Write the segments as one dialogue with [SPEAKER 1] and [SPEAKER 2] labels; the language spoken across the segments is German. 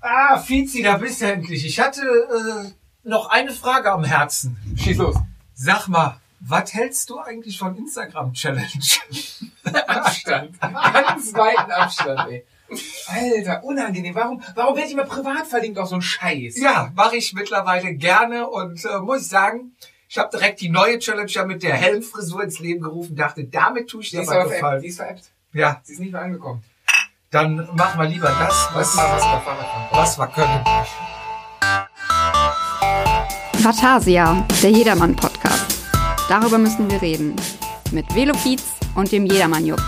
[SPEAKER 1] Ah, Fizi, da bist du endlich. Ich hatte äh, noch eine Frage am Herzen.
[SPEAKER 2] Schieß los.
[SPEAKER 1] Sag mal, was hältst du eigentlich von Instagram-Challenge?
[SPEAKER 2] Abstand. Ganz weiten Abstand, ey. Alter, unangenehm. Warum, warum werde ich immer privat verlinkt auf so einen Scheiß?
[SPEAKER 1] ja, mache ich mittlerweile gerne und äh, muss sagen, ich habe direkt die neue Challenge ja mit der Helmfrisur ins Leben gerufen, dachte, damit tue ich
[SPEAKER 2] Die
[SPEAKER 1] dir
[SPEAKER 2] ist,
[SPEAKER 1] mal
[SPEAKER 2] verappt.
[SPEAKER 1] gefallen.
[SPEAKER 2] die ist veräppt.
[SPEAKER 1] Ja,
[SPEAKER 2] Sie ist nicht mehr angekommen.
[SPEAKER 1] dann machen wir lieber das, was,
[SPEAKER 2] Was war, was war, was war.
[SPEAKER 1] was wir können.
[SPEAKER 3] Vatasia, der Jedermann-Podcast. Darüber müssen wir reden. Mit Velofiz und dem Jedermann-Jupp.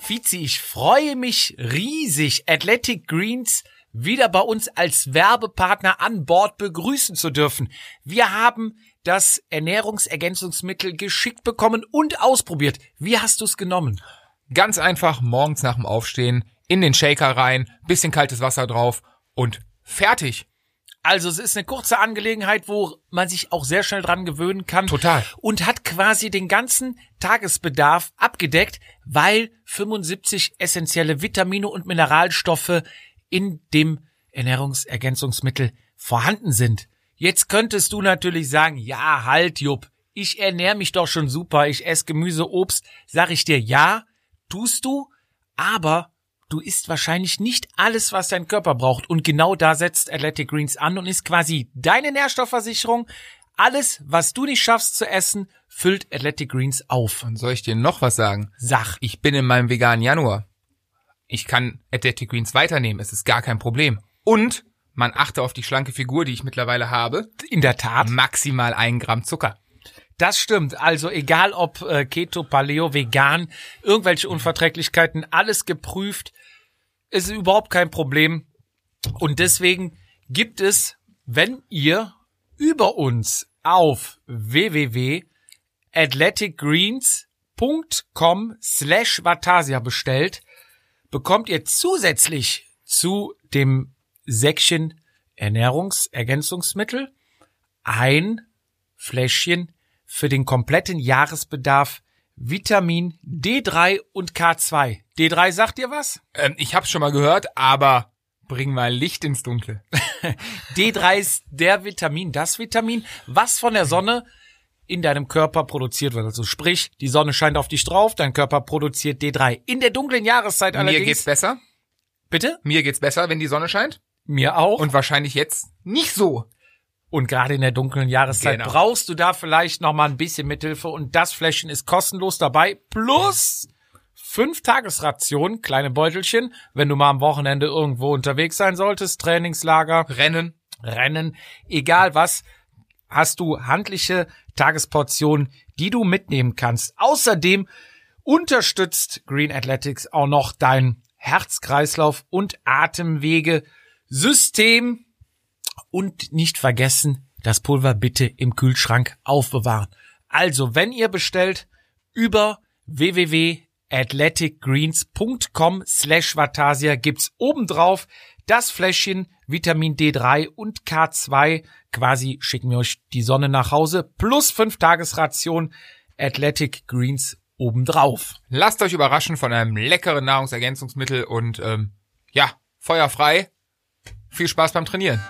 [SPEAKER 4] Fizi, ich freue mich riesig, Athletic Greens wieder bei uns als Werbepartner an Bord begrüßen zu dürfen. Wir haben das Ernährungsergänzungsmittel geschickt bekommen und ausprobiert. Wie hast du es genommen?
[SPEAKER 2] Ganz einfach morgens nach dem Aufstehen in den Shaker rein, bisschen kaltes Wasser drauf und fertig.
[SPEAKER 4] Also es ist eine kurze Angelegenheit, wo man sich auch sehr schnell dran gewöhnen kann.
[SPEAKER 2] Total.
[SPEAKER 4] Und hat quasi den ganzen Tagesbedarf abgedeckt, weil 75 essentielle Vitamine und Mineralstoffe in dem Ernährungsergänzungsmittel vorhanden sind. Jetzt könntest du natürlich sagen, ja, halt, Jupp, ich ernähre mich doch schon super, ich esse Gemüse, Obst. Sag ich dir, ja, tust du, aber Du isst wahrscheinlich nicht alles, was dein Körper braucht. Und genau da setzt Athletic Greens an und ist quasi deine Nährstoffversicherung. Alles, was du nicht schaffst zu essen, füllt Athletic Greens auf.
[SPEAKER 2] Und soll ich dir noch was sagen?
[SPEAKER 4] Sach.
[SPEAKER 2] Ich bin in meinem veganen Januar. Ich kann Athletic Greens weiternehmen, es ist gar kein Problem. Und man achte auf die schlanke Figur, die ich mittlerweile habe.
[SPEAKER 4] In der Tat.
[SPEAKER 2] Maximal ein Gramm Zucker.
[SPEAKER 4] Das stimmt. Also egal ob äh, Keto, Paleo, Vegan, irgendwelche Unverträglichkeiten, alles geprüft, ist überhaupt kein Problem. Und deswegen gibt es, wenn ihr über uns auf www.athleticgreens.com slash Vatasia bestellt, bekommt ihr zusätzlich zu dem Säckchen Ernährungsergänzungsmittel ein Fläschchen für den kompletten Jahresbedarf Vitamin D3 und K2. D3 sagt ihr was?
[SPEAKER 2] Ähm, ich hab's schon mal gehört, aber bring mal Licht ins Dunkle.
[SPEAKER 4] D3 ist der Vitamin, das Vitamin, was von der Sonne in deinem Körper produziert wird. Also sprich, die Sonne scheint auf dich drauf, dein Körper produziert D3. In der dunklen Jahreszeit
[SPEAKER 2] Mir
[SPEAKER 4] allerdings.
[SPEAKER 2] geht's besser.
[SPEAKER 4] bitte?
[SPEAKER 2] Mir geht's besser, wenn die Sonne scheint.
[SPEAKER 4] Mir auch.
[SPEAKER 2] Und wahrscheinlich jetzt nicht so.
[SPEAKER 4] Und gerade in der dunklen Jahreszeit
[SPEAKER 2] Genau.
[SPEAKER 4] brauchst du da vielleicht noch mal ein bisschen Mithilfe und das Fläschchen ist kostenlos dabei plus fünf Tagesrationen, kleine Beutelchen, wenn du mal am Wochenende irgendwo unterwegs sein solltest, Trainingslager,
[SPEAKER 2] Rennen.
[SPEAKER 4] Rennen, egal was, hast du handliche Tagesportionen, die du mitnehmen kannst. Außerdem unterstützt Green Athletics auch noch dein Herzkreislauf und Atemwege System und nicht vergessen, das Pulver bitte im Kühlschrank aufbewahren. Also, wenn ihr bestellt über www.athleticgreens.com slash Vatasia gibt's obendrauf das Fläschchen Vitamin D3 und K2. Quasi schicken wir euch die Sonne nach Hause plus fünf Tagesration Athletic Greens obendrauf.
[SPEAKER 2] Lasst euch überraschen von einem leckeren Nahrungsergänzungsmittel und ähm, ja, feuerfrei. Viel Spaß beim Trainieren.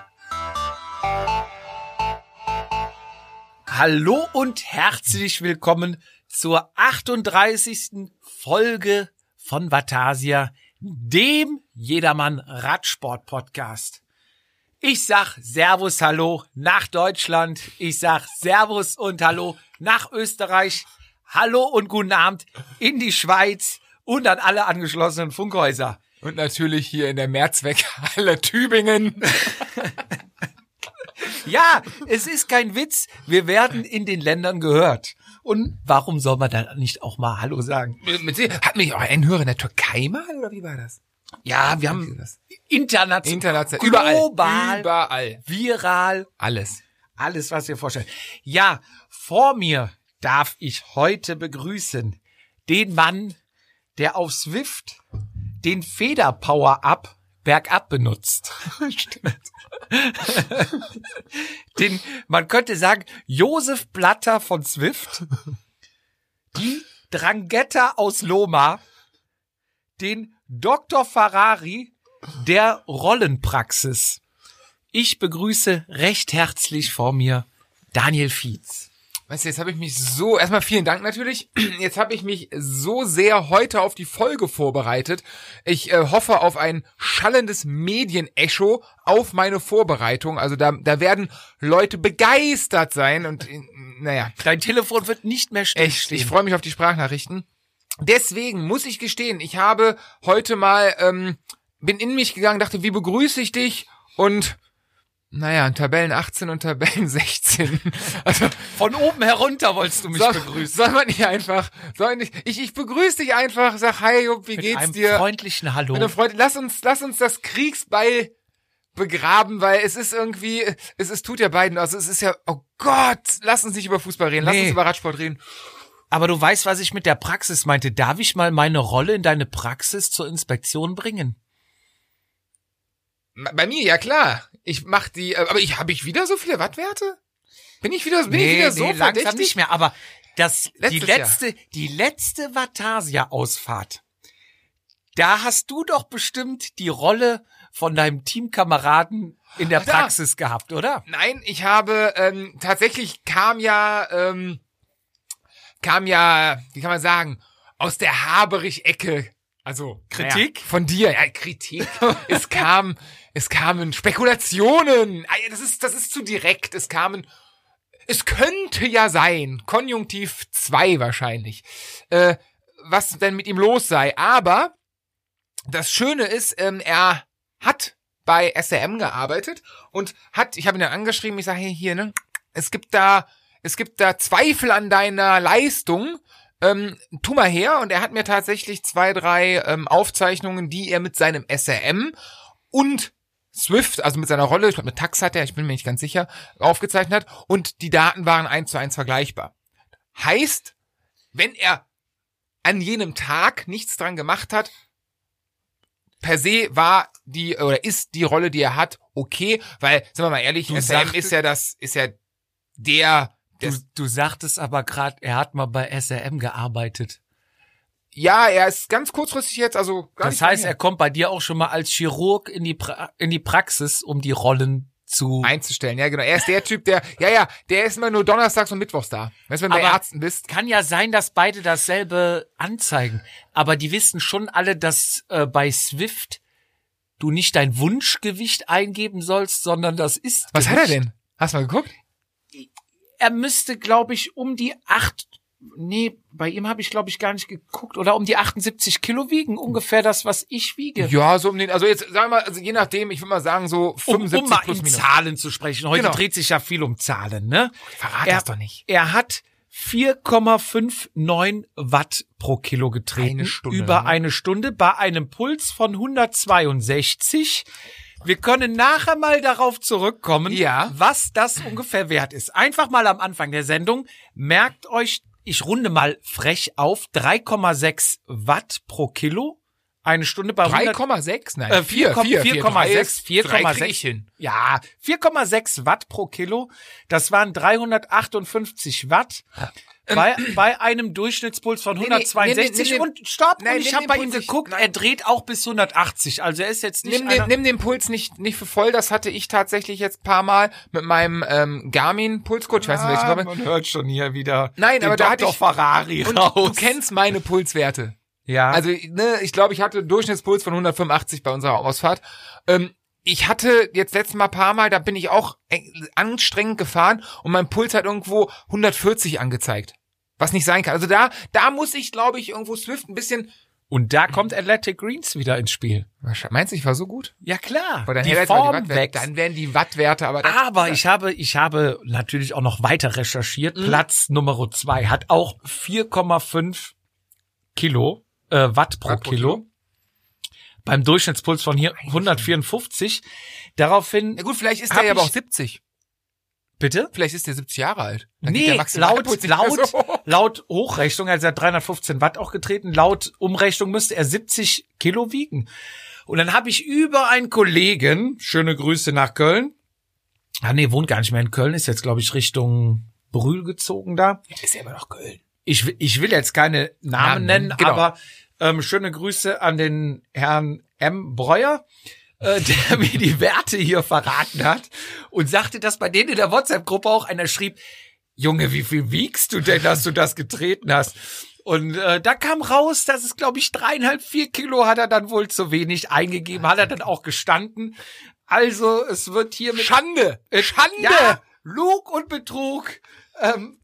[SPEAKER 4] Hallo und herzlich willkommen zur 38. Folge von Vatasia, dem Jedermann Radsport Podcast. Ich sag Servus, Hallo nach Deutschland. Ich sag Servus und Hallo nach Österreich. Hallo und guten Abend in die Schweiz und an alle angeschlossenen Funkhäuser.
[SPEAKER 2] Und natürlich hier in der Mehrzweckhalle Tübingen.
[SPEAKER 4] Ja, es ist kein Witz. Wir werden in den Ländern gehört. Und warum soll man dann nicht auch mal Hallo sagen?
[SPEAKER 2] Mit- mit- Hat mich auch ein Hörer in der Türkei mal oder wie war das?
[SPEAKER 4] Ja, wir
[SPEAKER 2] Wie
[SPEAKER 4] haben
[SPEAKER 2] war das?
[SPEAKER 4] international,
[SPEAKER 2] International.
[SPEAKER 4] global,
[SPEAKER 2] Überall. Überall.
[SPEAKER 4] viral,
[SPEAKER 2] Alles.
[SPEAKER 4] alles, was wir vorstellen. Ja, vor mir darf ich heute begrüßen den Mann, der auf Swift den Feder-Power-Up bergab benutzt. den, man könnte sagen, Josef Blatter von Swift, die Drangheta aus Loma, den Dr. Ferrari der Rollenpraxis. Ich begrüße recht herzlich vor mir Daniel Fietz.
[SPEAKER 2] Weißt du, jetzt habe ich mich so, erstmal vielen Dank natürlich. Jetzt habe ich mich so sehr heute auf die Folge vorbereitet. Ich äh, hoffe auf ein schallendes Medienecho auf meine Vorbereitung. Also da, da werden Leute begeistert sein und äh, naja.
[SPEAKER 4] Dein Telefon wird nicht mehr still
[SPEAKER 2] Echt, ich
[SPEAKER 4] stehen.
[SPEAKER 2] freue mich auf die Sprachnachrichten. Deswegen muss ich gestehen, ich habe heute mal, ähm, bin in mich gegangen, dachte, wie begrüße ich dich? Und naja, Tabellen 18 und Tabellen 16. Also
[SPEAKER 4] Von oben herunter wolltest du mich
[SPEAKER 2] soll,
[SPEAKER 4] begrüßen.
[SPEAKER 2] soll man nicht einfach, soll nicht, ich, ich begrüße dich einfach, sag hi Jupp, wie
[SPEAKER 4] Mit
[SPEAKER 2] geht's
[SPEAKER 4] einem
[SPEAKER 2] dir?
[SPEAKER 4] freundlichen Hallo.
[SPEAKER 2] Meine Freunde, lass uns, lass uns das Kriegsbeil begraben, weil es ist irgendwie, es, es tut ja beiden, also es ist ja, oh Gott, lass uns nicht über Fußball reden, lass
[SPEAKER 4] Nee.
[SPEAKER 2] uns über Radsport reden.
[SPEAKER 4] Aber du weißt, was ich mit der Praxis meinte. Darf ich mal meine Rolle in deine Praxis zur Inspektion bringen?
[SPEAKER 2] Bei mir, ja klar. Ich mach die, äh, aber ich habe ich wieder so viele Wattwerte? Bin ich wieder, bin ich wieder so verdächtig?
[SPEAKER 4] langsam nicht mehr. Aber das, die
[SPEAKER 2] Letztes Jahr.
[SPEAKER 4] letzte, die letzte Vatasia-Ausfahrt, da hast du doch bestimmt die Rolle von deinem Teamkameraden in der
[SPEAKER 2] Ach, da.
[SPEAKER 4] Praxis gehabt, oder?
[SPEAKER 2] Nein, ich habe ähm, tatsächlich kam ja, ähm, kam ja, wie kann man sagen, aus der Haberich-Ecke. Also
[SPEAKER 4] Kritik?
[SPEAKER 2] naja, von dir, ja, Kritik. es kam, es kamen Spekulationen. Ah, ja, Das ist, das ist zu direkt. Es kamen, es könnte ja sein, Konjunktiv 2 wahrscheinlich, äh, was denn mit ihm los sei. Aber das Schöne ist, ähm, er hat bei SRM gearbeitet und hat, ich habe ihn dann angeschrieben, ich sage, hey, hier, ne, es gibt da, es gibt da Zweifel an deiner Leistung, ähm, tu mal her. Und er hat mir tatsächlich zwei, drei ähm, Aufzeichnungen, die er mit seinem SRM und Swift, also mit seiner Rolle, ich glaube mit Tax hat er, ich bin mir nicht ganz sicher, aufgezeichnet hat und die Daten waren eins zu eins vergleichbar. Heißt, wenn er an jenem Tag nichts dran gemacht hat, per se war die oder ist die Rolle, die er hat, okay, weil, sind wir mal ehrlich,
[SPEAKER 4] Du
[SPEAKER 2] SRM
[SPEAKER 4] sagtest-
[SPEAKER 2] ist ja das, ist ja der,
[SPEAKER 4] Du,
[SPEAKER 2] der
[SPEAKER 4] du sagtest aber gerade, er hat mal bei SRM gearbeitet.
[SPEAKER 2] Ja, er ist ganz kurzfristig jetzt, also gar
[SPEAKER 4] Das
[SPEAKER 2] nicht lange
[SPEAKER 4] heißt, er
[SPEAKER 2] her.
[SPEAKER 4] kommt bei dir auch schon mal als Chirurg in die, pra in die Praxis, um die Rollen zu
[SPEAKER 2] einzustellen. Ja, genau. Er ist der Typ, der, ja, ja, der ist immer nur donnerstags und mittwochs da. Weißt du, wenn du bei
[SPEAKER 4] Aber-
[SPEAKER 2] Ärzten bist.
[SPEAKER 4] Kann ja sein, dass beide dasselbe anzeigen. Aber die wissen schon alle, dass äh, bei Swift du nicht dein Wunschgewicht eingeben sollst, sondern das ist.
[SPEAKER 2] Was hat er denn? Hast du mal geguckt?
[SPEAKER 4] Er müsste, glaube ich, um die acht. Nee, bei ihm habe ich, glaube ich, gar nicht geguckt. Oder um die 78 Kilo wiegen. Ungefähr das, was ich wiege.
[SPEAKER 2] Ja, so um den, also jetzt, sagen wir mal, also je nachdem, ich würde mal sagen, so
[SPEAKER 4] um,
[SPEAKER 2] 75
[SPEAKER 4] um mal
[SPEAKER 2] plus
[SPEAKER 4] in
[SPEAKER 2] minus.
[SPEAKER 4] Zahlen zu sprechen. Heute
[SPEAKER 2] Genau. Oh,
[SPEAKER 4] dreht sich ja viel um Zahlen, ne?
[SPEAKER 2] Verrat
[SPEAKER 4] Er-
[SPEAKER 2] das doch nicht.
[SPEAKER 4] Er hat 4,59 Watt pro Kilo getreten.
[SPEAKER 2] Eine Stunde,
[SPEAKER 4] über
[SPEAKER 2] ne?
[SPEAKER 4] eine Stunde bei einem Puls von 162. Wir können nachher mal darauf zurückkommen,
[SPEAKER 2] Ja.
[SPEAKER 4] was das ungefähr wert ist. Einfach mal am Anfang der Sendung. Merkt euch, ich runde mal frech auf, 3,6 Watt pro Kilo. Eine Stunde bei 100
[SPEAKER 2] 3,6? Nein,
[SPEAKER 4] äh,
[SPEAKER 2] 4, 4,
[SPEAKER 4] 4,6
[SPEAKER 2] 4,6 krieg ich hin.
[SPEAKER 4] 4,6 ja 4,6 Watt pro Kilo das waren 358 Watt bei, bei einem Durchschnittspuls von
[SPEAKER 2] Ähm, Nee, nee,
[SPEAKER 4] 162
[SPEAKER 2] nee, nee, nee, nee.
[SPEAKER 4] und stopp
[SPEAKER 2] Nein,
[SPEAKER 4] und ich
[SPEAKER 2] nimm
[SPEAKER 4] habe
[SPEAKER 2] den
[SPEAKER 4] bei ihm
[SPEAKER 2] Puls nicht.
[SPEAKER 4] geguckt
[SPEAKER 2] Nein.
[SPEAKER 4] er dreht auch bis 180 also er ist jetzt nicht
[SPEAKER 2] Nimm
[SPEAKER 4] einer,
[SPEAKER 2] den, nimm den Puls nicht, nicht für voll, das hatte ich tatsächlich jetzt paar Mal mit meinem ähm, Garmin Pulscoach, ich weiß nicht, welchen
[SPEAKER 4] Ah,
[SPEAKER 2] Körper.
[SPEAKER 4] man hört schon hier wieder
[SPEAKER 2] Nein,
[SPEAKER 4] den
[SPEAKER 2] aber da hatte
[SPEAKER 4] Dr.
[SPEAKER 2] ich-
[SPEAKER 4] Ferrari
[SPEAKER 2] Und
[SPEAKER 4] raus
[SPEAKER 2] du kennst meine Pulswerte.
[SPEAKER 4] ja
[SPEAKER 2] Also, ne, ich glaube, ich hatte Durchschnittspuls von 185 bei unserer Ausfahrt. Ähm, ich hatte jetzt letztes Mal paar Mal, da bin ich auch eng- anstrengend gefahren und mein Puls hat irgendwo 140 angezeigt. Was nicht sein kann. Also da, da muss ich, glaube ich, irgendwo Swift ein bisschen.
[SPEAKER 4] und da kommt Athletic Greens wieder ins Spiel
[SPEAKER 2] Wahrscheinlich- Meinst du, ich war so gut?
[SPEAKER 4] ja klar
[SPEAKER 2] Aber dann,
[SPEAKER 4] die
[SPEAKER 2] hätte ich mal
[SPEAKER 4] Form
[SPEAKER 2] Wattwerte-
[SPEAKER 4] wächst Ah!
[SPEAKER 2] dann wären die Wattwerte, aber das,
[SPEAKER 4] Aber ich habe, ich habe natürlich auch noch weiter recherchiert.
[SPEAKER 2] Mhm.
[SPEAKER 4] Platz Nummer zwei hat auch 4,5 Kilo, äh, Watt pro
[SPEAKER 2] Watt pro
[SPEAKER 4] Kilo.
[SPEAKER 2] Kilo.
[SPEAKER 4] Beim Durchschnittspuls von hier 154. Daraufhin,
[SPEAKER 2] ja gut, vielleicht ist
[SPEAKER 4] Hab
[SPEAKER 2] der ja aber
[SPEAKER 4] ich-
[SPEAKER 2] auch 70.
[SPEAKER 4] bitte?
[SPEAKER 2] Vielleicht ist der 70 Jahre alt. Dann geht
[SPEAKER 4] Nee,
[SPEAKER 2] der Maximalpuls
[SPEAKER 4] laut,
[SPEAKER 2] nicht mehr
[SPEAKER 4] laut,
[SPEAKER 2] so.
[SPEAKER 4] laut Hochrechnung, also er hat 315 Watt auch getreten, laut Umrechnung müsste er 70 Kilo wiegen. Und dann habe ich über einen Kollegen, schöne Grüße nach Köln, ah nee, wohnt gar nicht mehr in Köln, ist jetzt glaube ich Richtung Brühl gezogen da.
[SPEAKER 2] Ist ja immer noch Köln.
[SPEAKER 4] ich, will- ich will jetzt keine Namen
[SPEAKER 2] Namen,
[SPEAKER 4] nennen,
[SPEAKER 2] genau.
[SPEAKER 4] aber ähm, schöne Grüße an den Herrn M. Breuer, äh, der mir die Werte hier verraten hat und sagte, dass bei denen in der WhatsApp-Gruppe auch einer schrieb, Junge, wie viel wiegst du denn, dass du das getreten hast? Und äh, da kam raus, dass es, glaube ich, dreieinhalb, vier Kilo hat er dann wohl zu wenig eingegeben, hat er dann auch gestanden. Also es wird hier mit
[SPEAKER 2] Schande! Schande!
[SPEAKER 4] ja, Lug und Betrug ähm,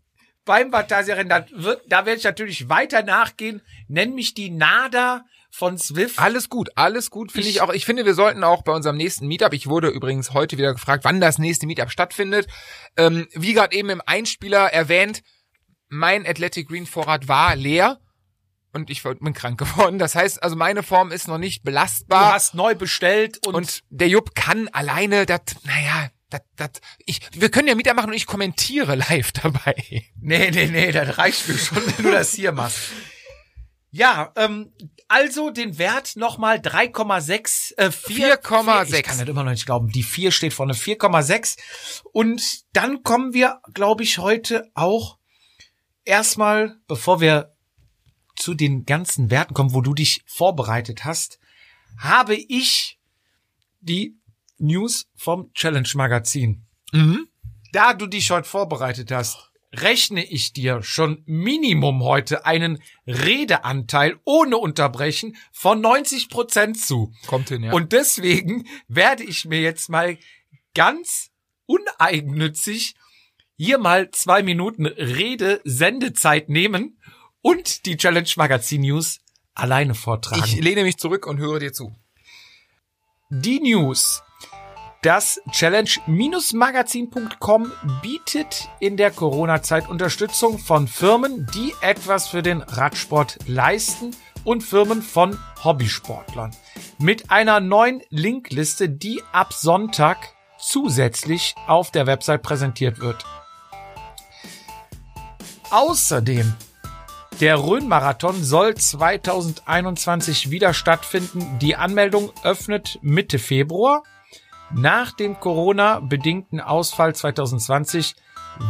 [SPEAKER 4] beim Batassierin. Da, wird- da werde ich natürlich weiter nachgehen. Nenn mich die Nada von Swift.
[SPEAKER 2] Alles gut, alles gut, finde ich, auch. Ich finde, wir sollten auch bei unserem nächsten Meetup, ich wurde übrigens heute wieder gefragt, wann das nächste Meetup stattfindet. Ähm, wie gerade eben im Einspieler erwähnt, mein Athletic Green Vorrat war leer und ich bin krank geworden. Das heißt, also meine Form ist noch nicht
[SPEAKER 4] Du
[SPEAKER 2] belastbar.
[SPEAKER 4] hast neu bestellt und,
[SPEAKER 2] Und der Jupp kann alleine das, naja, das, das, ich, wir können ja Mieter machen und ich kommentiere live dabei.
[SPEAKER 4] nee, nee, nee, das reicht mir schon, wenn du das hier machst. Ja, ähm, also den Wert nochmal 3,6, äh, 4,
[SPEAKER 2] 4,6.
[SPEAKER 4] Ich kann das immer noch nicht glauben. Die 4 steht vorne, 4,6. Und dann kommen wir, glaube ich, heute auch erstmal, bevor wir zu den ganzen Werten kommen, wo du dich vorbereitet hast, habe ich die News vom Challenge Magazin.
[SPEAKER 2] Mhm.
[SPEAKER 4] Da du dich heute vorbereitet hast, rechne ich dir schon Minimum heute einen Redeanteil ohne Unterbrechen von 90 Prozent zu.
[SPEAKER 2] Kommt hin, ja.
[SPEAKER 4] Und deswegen werde ich mir jetzt mal ganz uneigennützig hier mal zwei Minuten Rede, Sendezeit nehmen und die Challenge Magazin News alleine vortragen.
[SPEAKER 2] ich lehne mich zurück und höre dir zu.
[SPEAKER 4] Die News. Das Challenge-Magazin.com bietet in der Corona-Zeit Unterstützung von Firmen, die etwas für den Radsport leisten und Firmen von Hobbysportlern. Mit einer neuen Linkliste, die ab Sonntag zusätzlich auf der Website präsentiert wird. Außerdem der Rhön-Marathon soll 2021 wieder stattfinden. Die Anmeldung öffnet Mitte Februar. Nach dem Corona-bedingten Ausfall 2020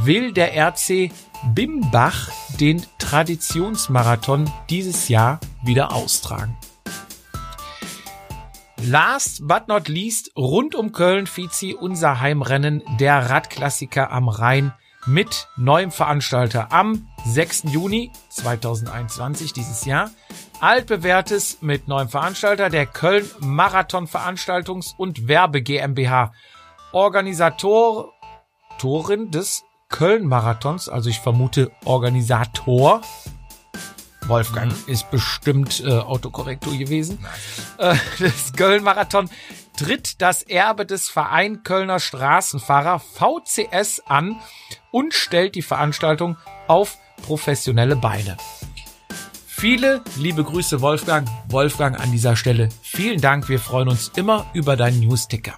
[SPEAKER 4] will der RC Bimbach den Traditionsmarathon dieses Jahr wieder austragen. Last but not least, rund um Köln Fizi unser Heimrennen der Radklassiker am Rhein mit neuem Veranstalter am 6. Juni 2021 dieses Jahr. Altbewährtes mit neuem Veranstalter der Köln Marathon Veranstaltungs- und Werbe GmbH. Organisator, Organisatorin des Köln-Marathons, also ich vermute Organisator. Wolfgang ist bestimmt äh, Autokorrektur gewesen. Äh, des Köln-Marathon tritt das Erbe des Verein Kölner Straßenfahrer VCS an und stellt die Veranstaltung auf professionelle Beine. Viele liebe Grüße, Wolfgang. Wolfgang an dieser Stelle. Vielen Dank. Wir freuen uns immer über deinen Newsticker.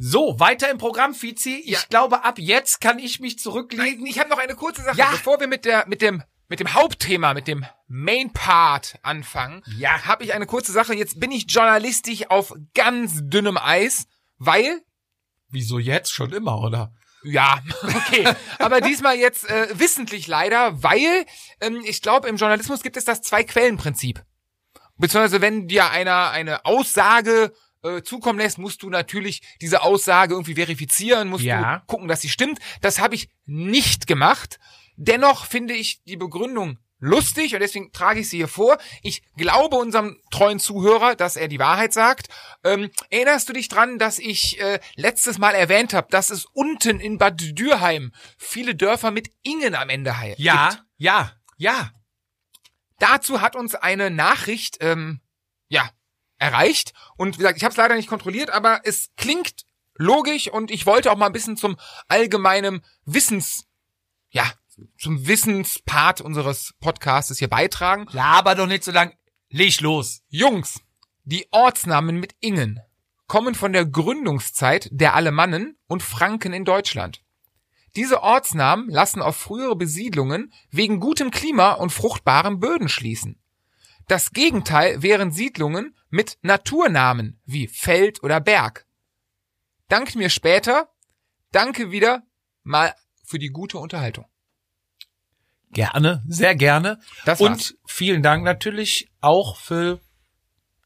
[SPEAKER 4] So, weiter im Programm, Fizi. Ich
[SPEAKER 2] Ja.
[SPEAKER 4] glaube, ab jetzt kann ich mich zurücklehnen.
[SPEAKER 2] Nein, ich habe noch eine kurze Sache,
[SPEAKER 4] Ja.
[SPEAKER 2] bevor wir mit der mit dem mit dem Hauptthema, mit dem Main Part anfangen.
[SPEAKER 4] Ja.
[SPEAKER 2] habe ich eine kurze Sache. Jetzt bin ich journalistisch auf ganz dünnem Eis, weil
[SPEAKER 4] Wieso jetzt schon immer, oder?
[SPEAKER 2] ja, okay. Aber diesmal jetzt äh, wissentlich leider, weil ähm, ich glaube, im Journalismus gibt es das Zwei-Quellen-Prinzip. Beziehungsweise, wenn dir einer eine Aussage äh, zukommen lässt, musst du natürlich diese Aussage irgendwie verifizieren, musst
[SPEAKER 4] Ja.
[SPEAKER 2] du gucken, dass sie stimmt. Das habe ich nicht gemacht. Dennoch finde ich die Begründung lustig und deswegen trage ich sie hier vor. Ich glaube unserem treuen Zuhörer, dass er die Wahrheit sagt. Ähm, erinnerst du dich dran, dass ich äh, letztes Mal erwähnt habe, dass es unten in Bad Dürheim viele Dörfer mit Ingen am Ende he-
[SPEAKER 4] Ja,
[SPEAKER 2] gibt?
[SPEAKER 4] ja, ja.
[SPEAKER 2] Dazu hat uns eine Nachricht ähm, ja erreicht und wie gesagt, ich habe es leider nicht kontrolliert, aber es klingt logisch und ich wollte auch mal ein bisschen zum allgemeinen Wissens ja zum Wissenspart unseres Podcastes hier beitragen.
[SPEAKER 4] Laber doch nicht so lang. Leg los.
[SPEAKER 2] Jungs, die Ortsnamen mit Ingen kommen von der Gründungszeit der Alemannen und Franken in Deutschland. Diese Ortsnamen lassen auf frühere Besiedlungen wegen gutem Klima und fruchtbaren Böden schließen. Das Gegenteil wären Siedlungen mit Naturnamen wie Feld oder Berg. Dankt mir später, danke wieder mal für die gute Unterhaltung.
[SPEAKER 4] Gerne, sehr gerne.
[SPEAKER 2] Das
[SPEAKER 4] Und
[SPEAKER 2] war's.
[SPEAKER 4] vielen Dank natürlich auch für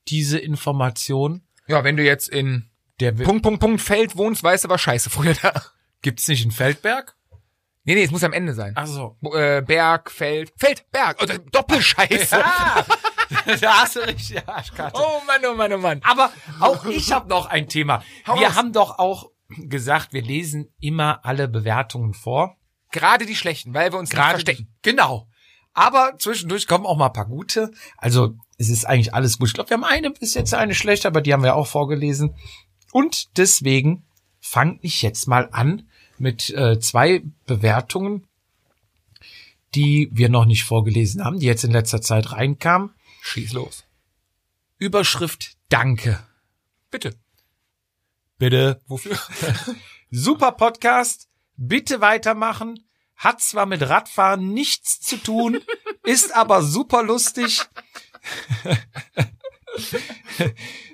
[SPEAKER 4] diese Information.
[SPEAKER 2] Ja, wenn du jetzt in
[SPEAKER 4] Der Punkt.
[SPEAKER 2] Punkt, Punkt, Punkt Feld wohnst, weißt du, war scheiße früher da.
[SPEAKER 4] Gibt's nicht in Feldberg?
[SPEAKER 2] Nee, nee, es muss am Ende sein.
[SPEAKER 4] Ach so.
[SPEAKER 2] Bo- Äh, Berg, Feld, Feld, Berg. Oder Doppelscheiße.
[SPEAKER 4] Ah, da hast du richtig Arschkarte.
[SPEAKER 2] Oh Mann, oh Mann, oh Mann.
[SPEAKER 4] Aber auch ich habe noch ein Thema.
[SPEAKER 2] Hau
[SPEAKER 4] wir
[SPEAKER 2] raus.
[SPEAKER 4] haben doch auch gesagt, wir lesen immer alle Bewertungen vor.
[SPEAKER 2] Gerade die schlechten, weil wir uns nicht verstecken.
[SPEAKER 4] Genau. Aber zwischendurch kommen auch mal ein paar gute. Also es ist eigentlich alles gut. Ich glaube, wir haben eine bis jetzt eine schlechte, aber die haben wir auch vorgelesen. Und deswegen fange ich jetzt mal an mit äh, zwei Bewertungen, die wir noch nicht vorgelesen haben, die jetzt in letzter Zeit reinkamen.
[SPEAKER 2] Schieß los.
[SPEAKER 4] Überschrift Danke.
[SPEAKER 2] Bitte.
[SPEAKER 4] Bitte.
[SPEAKER 2] Wofür?
[SPEAKER 4] Super Podcast. Bitte weitermachen. Hat zwar mit Radfahren nichts zu tun, ist aber super lustig.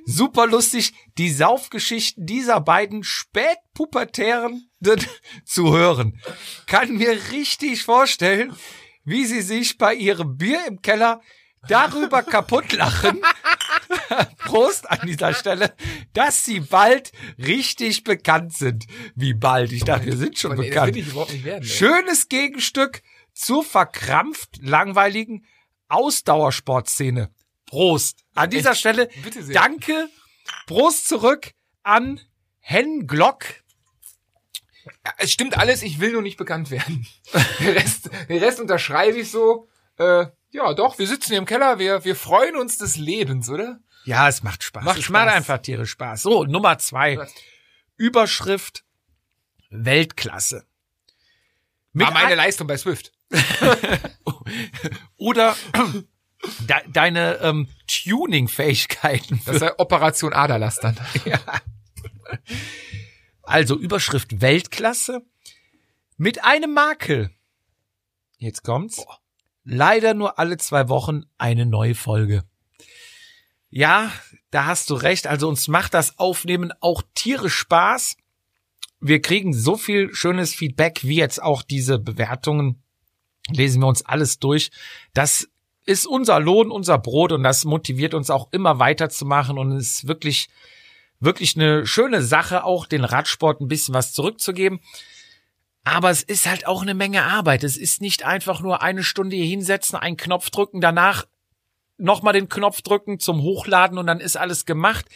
[SPEAKER 4] super lustig, die Saufgeschichten dieser beiden Spätpubertären zu hören. Kann mir richtig vorstellen, wie sie sich bei ihrem Bier im Keller darüber kaputt lachen. Prost an dieser Stelle, dass sie bald richtig bekannt sind. Wie bald? Ich dachte, wir sind schon
[SPEAKER 2] Mann, ey, das
[SPEAKER 4] bekannt.
[SPEAKER 2] will ich überhaupt nicht werden, ey.
[SPEAKER 4] Schönes Gegenstück zur verkrampft langweiligen Ausdauersportszene. Prost. An dieser Stelle
[SPEAKER 2] Bitte sehr.
[SPEAKER 4] danke. Prost zurück an Hen Glock.
[SPEAKER 2] Ja, Es stimmt alles, ich will nur nicht bekannt werden. den, Rest, den Rest unterschreibe ich so. Äh, ja, doch, wir sitzen hier im Keller, wir, wir freuen uns des Lebens, oder?
[SPEAKER 4] Ja, es macht Spaß.
[SPEAKER 2] Macht
[SPEAKER 4] es
[SPEAKER 2] Spaß.
[SPEAKER 4] macht einfach tierisch Spaß. So, Nummer zwei. Überschrift Weltklasse. Mit
[SPEAKER 2] War Ah, meine
[SPEAKER 4] ein-
[SPEAKER 2] Leistung bei Swift.
[SPEAKER 4] oder de deine ähm, Tuning-Fähigkeiten.
[SPEAKER 2] Das sei Operation Aderlass dann.
[SPEAKER 4] Also Überschrift Weltklasse mit einem Makel. Jetzt kommt's. Leider nur alle zwei Wochen eine neue Folge. Ja, da hast du recht. Also uns macht das Aufnehmen auch tierisch Spaß. Wir kriegen so viel schönes Feedback, wie jetzt auch diese Bewertungen. Lesen wir uns alles durch. Das ist unser Lohn, unser Brot und das motiviert uns auch immer weiterzumachen und es ist wirklich wirklich eine schöne Sache, auch den Radsport ein bisschen was zurückzugeben. Aber es ist halt auch eine Menge Arbeit. Es ist nicht einfach nur eine Stunde hier hinsetzen, einen Knopf drücken, danach nochmal den Knopf drücken zum Hochladen und dann ist alles gemacht.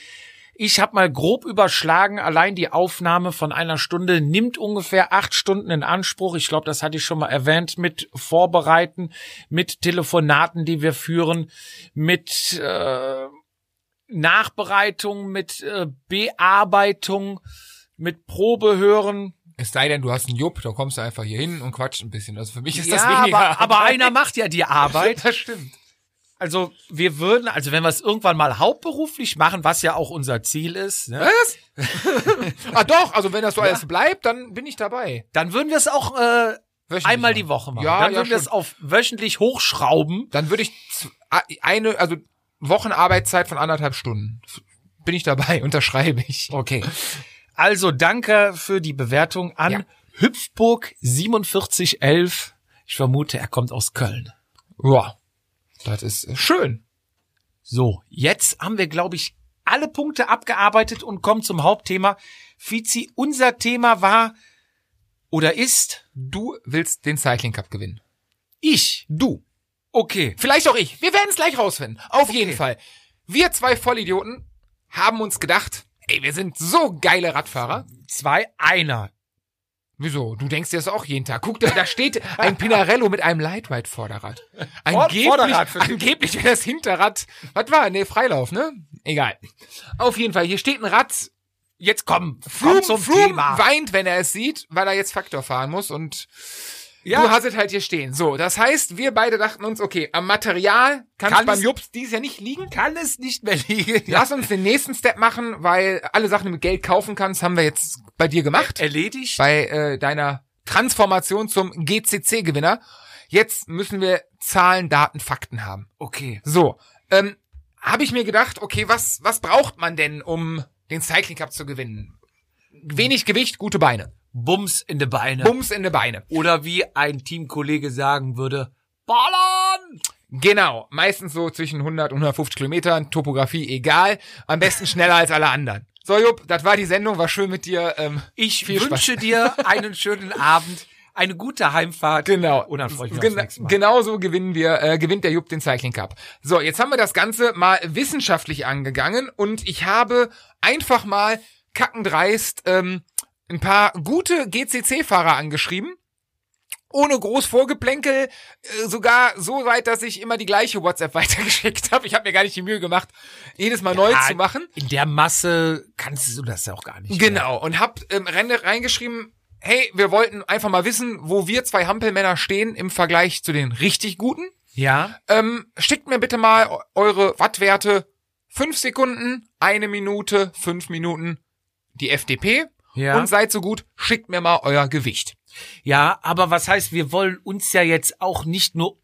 [SPEAKER 4] Ich habe mal grob überschlagen, allein die Aufnahme von einer Stunde nimmt ungefähr acht Stunden in Anspruch. Ich glaube, das hatte ich schon mal erwähnt, mit Vorbereiten, mit Telefonaten, die wir führen, mit äh, Nachbereitung, mit äh, Bearbeitung, mit Probehören.
[SPEAKER 2] Es sei denn, du hast einen Jupp, da kommst du einfach hier hin und quatscht ein bisschen. Also für mich ist
[SPEAKER 4] ja,
[SPEAKER 2] das weniger.
[SPEAKER 4] aber, aber einer macht ja die Arbeit.
[SPEAKER 2] Das stimmt.
[SPEAKER 4] Also wir würden, also wenn wir es irgendwann mal hauptberuflich machen, was ja auch unser Ziel ist, ne,
[SPEAKER 2] Was? ah doch, also wenn das so alles bleibt, dann bin ich dabei.
[SPEAKER 4] dann würden wir es auch äh,
[SPEAKER 2] Wöchentlich
[SPEAKER 4] einmal
[SPEAKER 2] machen.
[SPEAKER 4] die Woche machen.
[SPEAKER 2] Ja,
[SPEAKER 4] dann
[SPEAKER 2] ja,
[SPEAKER 4] würden wir es
[SPEAKER 2] schon.
[SPEAKER 4] auf wöchentlich hochschrauben.
[SPEAKER 2] Dann würde ich z- a- eine, also Wochenarbeitszeit von anderthalb Stunden. F- Bin ich dabei, unterschreibe ich.
[SPEAKER 4] Okay. Also danke für die Bewertung an
[SPEAKER 2] Ja.
[SPEAKER 4] Hüpfburg 4711. Ich vermute, er kommt aus Köln.
[SPEAKER 2] Ja. Das ist äh, schön.
[SPEAKER 4] So, jetzt haben wir, glaube ich, alle Punkte abgearbeitet und kommen zum Hauptthema. Fizi, unser Thema war oder ist
[SPEAKER 2] Du willst den Cycling Cup gewinnen.
[SPEAKER 4] ich.
[SPEAKER 2] Du.
[SPEAKER 4] Okay.
[SPEAKER 2] Vielleicht auch ich. Wir werden es gleich rausfinden. Auf jeden Fall. Wir zwei Vollidioten haben uns gedacht, ey, wir sind so geile Radfahrer.
[SPEAKER 4] Zwei, einer.
[SPEAKER 2] Wieso? Du denkst dir das auch jeden Tag. Guck da, da steht ein Pinarello mit einem Lightweight-Vorderrad. Angeblich,
[SPEAKER 4] Vorderrad für dich.
[SPEAKER 2] angeblich wäre das Hinterrad. Was war? Nee, Freilauf, ne? Egal. Auf jeden Fall, hier steht ein Rad.
[SPEAKER 4] Jetzt komm,
[SPEAKER 2] Froome,
[SPEAKER 4] komm zum
[SPEAKER 2] Froome
[SPEAKER 4] Thema.
[SPEAKER 2] weint, wenn er es sieht, weil er jetzt Faktor fahren muss und
[SPEAKER 4] Ja.
[SPEAKER 2] du hast es halt hier stehen. So, das heißt, wir beide dachten uns, okay, am Material kann
[SPEAKER 4] Kann
[SPEAKER 2] es beim
[SPEAKER 4] es-
[SPEAKER 2] Jups dieses Jahr nicht liegen.
[SPEAKER 4] Kann es nicht mehr liegen.
[SPEAKER 2] Lass uns den nächsten Step machen, weil alle Sachen die du mit Geld kaufen kannst, haben wir jetzt bei dir gemacht
[SPEAKER 4] Erledigt.
[SPEAKER 2] bei äh, deiner Transformation zum GCC-Gewinner. Jetzt müssen wir Zahlen, Daten, Fakten haben.
[SPEAKER 4] Okay.
[SPEAKER 2] So, ähm, habe ich mir gedacht, okay, was, was braucht man denn, um den Cycling Cup zu gewinnen? Wenig Gewicht, gute Beine.
[SPEAKER 4] Bums in die Beine.
[SPEAKER 2] Bums in die Beine.
[SPEAKER 4] Oder wie ein Teamkollege sagen würde, ballern.
[SPEAKER 2] Genau, meistens so zwischen 100 und 150 Kilometern, Topografie egal, am besten schneller als alle anderen. So, Jupp, das war die Sendung, war schön mit dir. Ähm,
[SPEAKER 4] Ich
[SPEAKER 2] viel Spaß.
[SPEAKER 4] wünsche dir einen schönen Abend, eine gute Heimfahrt.
[SPEAKER 2] Genau.
[SPEAKER 4] Und Oh, dann freue ich mich aufs
[SPEAKER 2] Gena
[SPEAKER 4] nächste Mal.
[SPEAKER 2] genauso gewinnen wir, äh, gewinnt der Jupp den Cycling Cup. So, jetzt haben wir das Ganze mal wissenschaftlich angegangen und ich habe einfach mal kackendreist ähm, ein paar gute GCC-Fahrer angeschrieben. Ohne groß Vorgeplänkel, äh, sogar so weit, dass ich immer die gleiche WhatsApp weitergeschickt habe. Ich habe mir gar nicht die Mühe gemacht, jedes Mal neu
[SPEAKER 4] Ja,
[SPEAKER 2] zu machen.
[SPEAKER 4] Ah, In der Masse kannst du das ja auch gar nicht.
[SPEAKER 2] Genau, und hab ähm, Rende reingeschrieben, hey, wir wollten einfach mal wissen, wo wir zwei Hampelmänner stehen im Vergleich zu den richtig guten.
[SPEAKER 4] Ja.
[SPEAKER 2] Ähm, schickt mir bitte mal eu- eure Wattwerte. Fünf Sekunden, eine Minute, fünf Minuten die FDP.
[SPEAKER 4] Ja.
[SPEAKER 2] Und seid so gut, schickt mir mal euer Gewicht.
[SPEAKER 4] Ja, aber was heißt, wir wollen uns ja jetzt auch nicht nur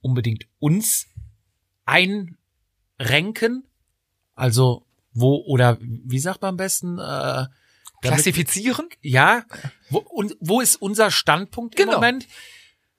[SPEAKER 4] unbedingt uns einrenken, also wo oder wie sagt man am besten? Äh, damit,
[SPEAKER 2] Klassifizieren?
[SPEAKER 4] ja, wo, und, wo ist unser Standpunkt
[SPEAKER 2] Genau.
[SPEAKER 4] im Moment?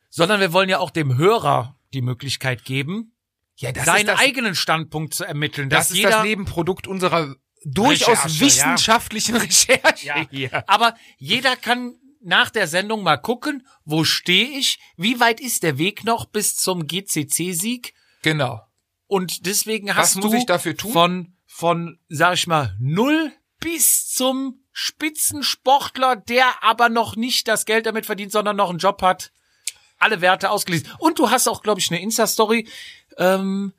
[SPEAKER 4] Sondern wir wollen ja auch dem Hörer die Möglichkeit geben,
[SPEAKER 2] Ja,
[SPEAKER 4] seinen eigenen Standpunkt zu ermitteln.
[SPEAKER 2] das
[SPEAKER 4] dass
[SPEAKER 2] ist
[SPEAKER 4] jeder
[SPEAKER 2] das Nebenprodukt unserer durchaus
[SPEAKER 4] Recherche, ja.
[SPEAKER 2] wissenschaftlichen Recherche.
[SPEAKER 4] Ja.
[SPEAKER 2] hier.
[SPEAKER 4] Aber jeder kann nach der Sendung mal gucken, wo stehe ich, wie weit ist der Weg noch bis zum GCC-Sieg
[SPEAKER 2] Genau.
[SPEAKER 4] und deswegen
[SPEAKER 2] Was
[SPEAKER 4] hast
[SPEAKER 2] muss
[SPEAKER 4] du
[SPEAKER 2] ich dafür tun?
[SPEAKER 4] von von sag ich mal null bis zum Spitzensportler, der aber noch nicht das Geld damit verdient, sondern noch einen Job hat, alle Werte ausgelesen. Und du hast auch, glaube ich, eine Insta-Story ähm,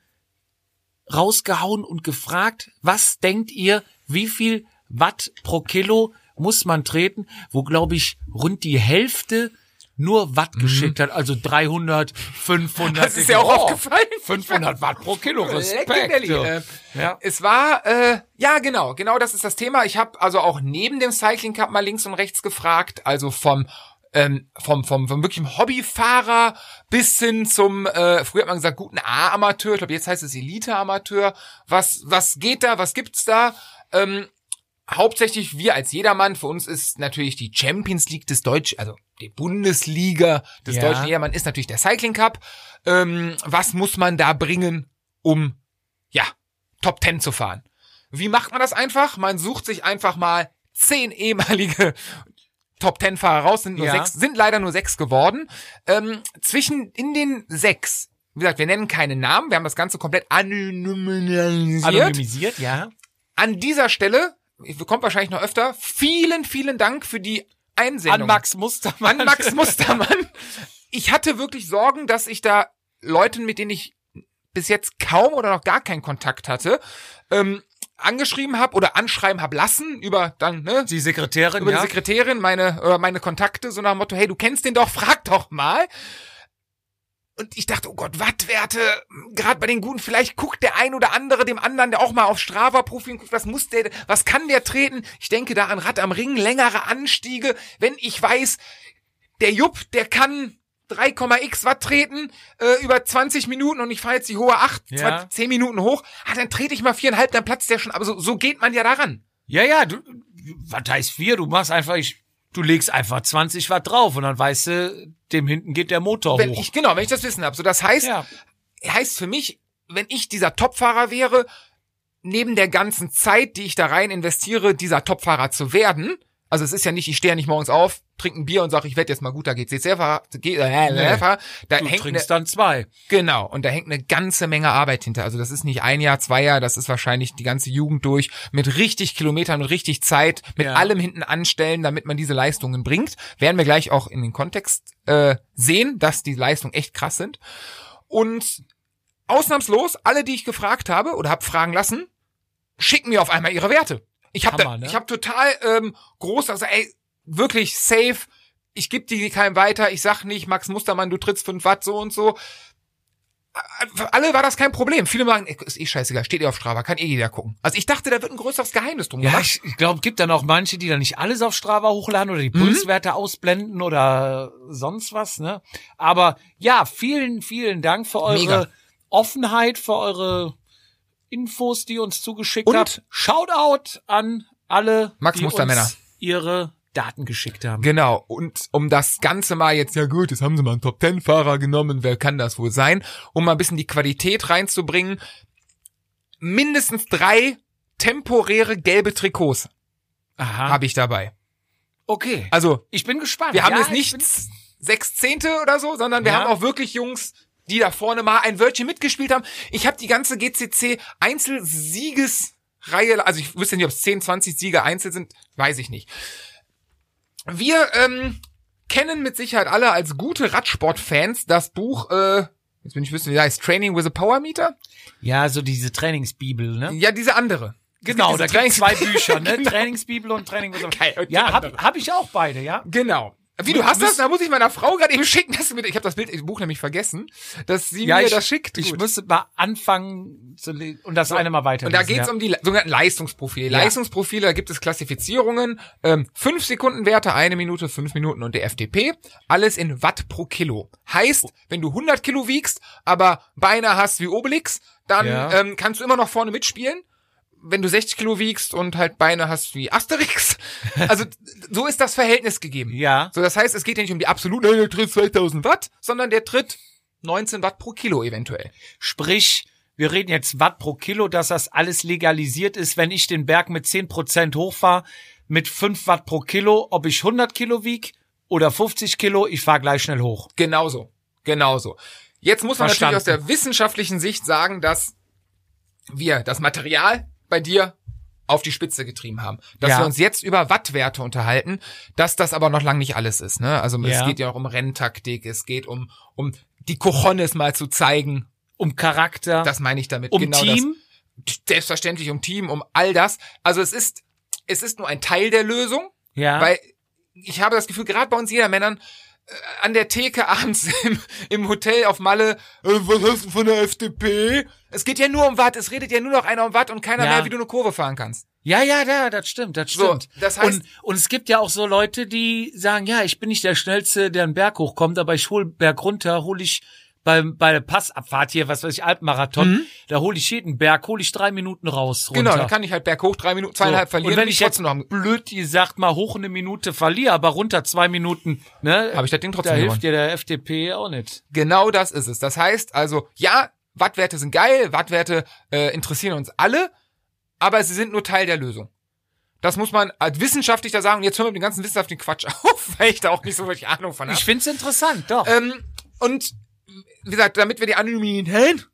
[SPEAKER 4] rausgehauen und gefragt, was denkt ihr, wie viel Watt pro Kilo muss man treten, wo, glaube ich, rund die Hälfte nur Watt geschickt hat, also 300, 500.
[SPEAKER 2] Mhm. Das ist ja auch aufgefallen.
[SPEAKER 4] 500 Watt pro Kilo, Respekt.
[SPEAKER 2] Legendary.
[SPEAKER 4] du.
[SPEAKER 2] Äh,
[SPEAKER 4] Ja.
[SPEAKER 2] Es war, äh, ja genau, genau das ist das Thema. Ich habe also auch neben dem Cycling Cup mal links und rechts gefragt, also vom ähm, vom, vom, vom wirklichen Hobbyfahrer bis hin zum, äh, früher hat man gesagt, guten A-Amateur, ich glaube, jetzt heißt es Elite-Amateur. Was, was geht da, was gibt's da? Ähm, hauptsächlich wir als jedermann, für uns ist natürlich die Champions League des Deutschen, also die Bundesliga des
[SPEAKER 4] Ja.
[SPEAKER 2] deutschen Jedermann ist natürlich der Cycling Cup. Ähm, was muss man da bringen, um, ja, Top 10 zu fahren? Wie macht man das einfach? Man sucht sich einfach mal zehn ehemalige Top 10 Fahrer raus, sind nur
[SPEAKER 4] Ja.
[SPEAKER 2] sechs, sind leider nur sechs geworden. Ähm, zwischen, in den sechs, wie gesagt, wir nennen keine Namen, wir haben das Ganze komplett anonymisiert
[SPEAKER 4] Anonymisiert, ja.
[SPEAKER 2] an dieser Stelle, kommt wahrscheinlich noch öfter, vielen, vielen Dank für die Einsendung.
[SPEAKER 4] An Max Mustermann.
[SPEAKER 2] An Max Mustermann. Ich hatte wirklich Sorgen, dass ich da Leuten, mit denen ich bis jetzt kaum oder noch gar keinen Kontakt hatte, ähm, angeschrieben habe oder anschreiben habe lassen über dann, ne,
[SPEAKER 4] Die Sekretärin,
[SPEAKER 2] über
[SPEAKER 4] ja.
[SPEAKER 2] die Sekretärin, meine, äh, meine Kontakte, so nach dem Motto, hey, du kennst den doch, frag doch mal. Und ich dachte, oh Gott, Wattwerte, gerade bei den Guten, vielleicht guckt der ein oder andere dem anderen, der auch mal auf Strava-Profil guckt, was muss der, was kann der treten? Ich denke da an Rad am Ring, längere Anstiege, wenn ich weiß, der Jupp, der kann 3,x Watt treten äh, über 20 Minuten und ich fahre jetzt die hohe 8,
[SPEAKER 4] Ja.
[SPEAKER 2] 20, 10 Minuten hoch, ah, dann trete ich mal 4,5, dann platzt der schon. Aber so, so geht man ja daran.
[SPEAKER 4] Ja, ja, du, was heißt vier? Du machst einfach, ich, du legst einfach 20 Watt drauf und dann weißt du, dem hinten geht der Motor
[SPEAKER 2] Wenn
[SPEAKER 4] hoch.
[SPEAKER 2] ich, genau, wenn ich das Wissen habe. So, das heißt,
[SPEAKER 4] Oh. ja.
[SPEAKER 2] heißt für mich, wenn ich dieser Topfahrer wäre, neben der ganzen Zeit, die ich da rein investiere, dieser Topfahrer zu werden, also es ist ja nicht, ich stehe ja nicht morgens auf, trinke ein Bier und sage, ich werde jetzt mal guter GCC-Fahrer, G- äh,
[SPEAKER 4] Nee.
[SPEAKER 2] Fahrer. da
[SPEAKER 4] Du
[SPEAKER 2] hängt ne-
[SPEAKER 4] trinkst
[SPEAKER 2] eine,
[SPEAKER 4] dann zwei.
[SPEAKER 2] genau, und da hängt eine ganze Menge Arbeit hinter. Also das ist nicht ein Jahr, zwei Jahr, das ist wahrscheinlich die ganze Jugend durch, mit richtig Kilometern, mit richtig Zeit, mit
[SPEAKER 4] Ja.
[SPEAKER 2] allem hinten anstellen, damit man diese Leistungen bringt. Werden wir gleich auch in den Kontext äh, sehen, dass die Leistungen echt krass sind. Und ausnahmslos, alle, die ich gefragt habe oder habe fragen lassen, schicken mir auf einmal ihre Werte. Ich habe
[SPEAKER 4] Hammer, ne?
[SPEAKER 2] ich hab total ähm, groß, also ey, wirklich safe. Ich gebe die keinem weiter. Ich sag nicht, Max Mustermann, du trittst 5 Watt so und so. Für alle war das kein Problem. Viele sagen, ey, ist eh scheißegal, steht eh auf Strava, kann eh jeder gucken. Also ich dachte, da wird ein größeres Geheimnis drum
[SPEAKER 4] Ja,
[SPEAKER 2] gemacht.
[SPEAKER 4] ich, ich glaube, gibt dann auch manche, die dann nicht alles auf Strava hochladen oder die Pulswerte ausblenden oder sonst was, ne? Aber ja, vielen, vielen Dank für eure
[SPEAKER 2] Mega.
[SPEAKER 4] Offenheit, für eure Infos, die ihr uns zugeschickt
[SPEAKER 2] Und-
[SPEAKER 4] habt. Shoutout an alle,
[SPEAKER 2] Max
[SPEAKER 4] die
[SPEAKER 2] Mustermänner.
[SPEAKER 4] uns ihre Daten geschickt haben.
[SPEAKER 2] Genau, und um das Ganze mal jetzt, ja gut, jetzt haben sie mal einen Top-10-Fahrer genommen, wer kann das wohl sein, um mal ein bisschen die Qualität reinzubringen, mindestens drei temporäre gelbe Trikots
[SPEAKER 4] Aha.
[SPEAKER 2] habe ich dabei.
[SPEAKER 4] okay.
[SPEAKER 2] Also,
[SPEAKER 4] ich bin gespannt.
[SPEAKER 2] wir haben
[SPEAKER 4] Ja,
[SPEAKER 2] jetzt
[SPEAKER 4] ich
[SPEAKER 2] nicht
[SPEAKER 4] bin-
[SPEAKER 2] z- sechs Zehnte oder so, sondern wir
[SPEAKER 4] Ja.
[SPEAKER 2] haben auch wirklich Jungs, die da vorne mal ein Wörtchen mitgespielt haben. Ich habe die ganze GCC Einzelsiegesreihe, also ich wüsste nicht, ob es 10, 20 Sieger einzeln sind, weiß ich nicht. Wir ähm, kennen mit Sicherheit alle als gute Radsportfans das Buch, äh, jetzt bin ich wüsste, wie das heißt Training with a Power Meter?
[SPEAKER 4] Ja, so diese Trainingsbibel, ne?
[SPEAKER 2] Ja, diese andere.
[SPEAKER 4] Genau, da
[SPEAKER 2] Es gibt diese
[SPEAKER 4] gibt's zwei
[SPEAKER 2] Trainings-
[SPEAKER 4] Bücher, ne? Trainingsbibel und Training.
[SPEAKER 2] Geil, und die
[SPEAKER 4] ja, hab, hab ich auch beide, ja.
[SPEAKER 2] Genau. Wie du hast das? Da muss ich meiner Frau gerade eben schicken, dass sie mir, ich habe das Bild, das Buch nämlich vergessen, dass sie mir das schickt.
[SPEAKER 4] Ich
[SPEAKER 2] Gut.
[SPEAKER 4] muss mal anfangen zu le- und das eine mal weiter.
[SPEAKER 2] Und da geht's
[SPEAKER 4] ja.
[SPEAKER 2] um die Le- sogenannten Leistungsprofile.
[SPEAKER 4] Ja.
[SPEAKER 2] Leistungsprofile, da gibt es Klassifizierungen, ähm, fünf Sekunden Werte, eine Minute, fünf Minuten und der FDP. Alles in Watt pro Kilo. Heißt, wenn du 100 Kilo wiegst, aber Beine hast wie Obelix, dann
[SPEAKER 4] Ja.
[SPEAKER 2] ähm, kannst du immer noch vorne mitspielen. Wenn du 60 Kilo wiegst und halt Beine hast wie Asterix. Also so ist das Verhältnis gegeben.
[SPEAKER 4] Ja.
[SPEAKER 2] So, das heißt, es geht ja nicht um die absoluten, "Hey, der tritt 2000 Watt, sondern der tritt 19 Watt pro Kilo eventuell.
[SPEAKER 4] Sprich, wir reden jetzt Watt pro Kilo, dass das alles legalisiert ist, wenn ich den Berg mit 10% hochfahre, mit 5 Watt pro Kilo, ob ich 100 Kilo wieg oder 50 Kilo, ich fahre gleich schnell hoch.
[SPEAKER 2] Genauso. Genauso. Jetzt muss man
[SPEAKER 4] Verstanden.
[SPEAKER 2] natürlich aus der wissenschaftlichen Sicht sagen, dass wir das Material bei dir auf die Spitze getrieben haben. Dass
[SPEAKER 4] Ja.
[SPEAKER 2] wir uns jetzt über Wattwerte unterhalten, dass das aber noch lange nicht alles ist. Ne? Also es
[SPEAKER 4] Ja.
[SPEAKER 2] geht ja auch um Renntaktik, es geht um, um die Cojones mal zu zeigen.
[SPEAKER 4] Um Charakter,
[SPEAKER 2] Das meine ich damit.
[SPEAKER 4] um
[SPEAKER 2] genau Das.
[SPEAKER 4] Team.
[SPEAKER 2] selbstverständlich um Team, um all das. Also es ist, es ist nur ein Teil der Lösung,
[SPEAKER 4] Ja.
[SPEAKER 2] weil ich habe das Gefühl, gerade bei uns jeder Männern, äh, an der Theke abends im, im Hotel auf Malle, äh, was hast du von der FDP? Es geht ja nur um Watt, es redet ja nur noch einer um Watt und keiner
[SPEAKER 4] Ja.
[SPEAKER 2] mehr, wie du eine Kurve fahren kannst.
[SPEAKER 4] Ja, ja, ja, das stimmt, das
[SPEAKER 2] So,
[SPEAKER 4] stimmt.
[SPEAKER 2] das heißt-
[SPEAKER 4] und, und es gibt ja auch so Leute, die sagen, ja, ich bin nicht der Schnellste, der einen Berg hochkommt, aber ich hol Berg runter, hol ich beim, bei der Passabfahrt hier, was weiß ich, Alpmarathon, da hol ich jeden Berg, hol ich drei Minuten raus runter.
[SPEAKER 2] Mhm. Genau, dann kann ich halt berghoch drei Minuten, zweieinhalb verlieren
[SPEAKER 4] Und wenn
[SPEAKER 2] bin
[SPEAKER 4] ich jetzt
[SPEAKER 2] trotzdem noch am-
[SPEAKER 4] noch blöd gesagt mal hoch eine Minute verliere, aber runter zwei Minuten, ne?
[SPEAKER 2] Hab ich das Ding trotzdem
[SPEAKER 4] Da
[SPEAKER 2] gewonnen.
[SPEAKER 4] hilft dir der FDP auch nicht.
[SPEAKER 2] Genau das ist es. Das heißt also, ja, Wattwerte sind geil, Wattwerte äh, interessieren uns alle, aber sie sind nur Teil der Lösung. Das muss man als wissenschaftlich da sagen. Und jetzt hören wir mit dem ganzen wissenschaftlichen Quatsch auf, weil ich da auch nicht so wirklich Ahnung von habe.
[SPEAKER 4] Ich find's interessant, doch.
[SPEAKER 2] Ähm, und wie gesagt, damit wir die Anonymität,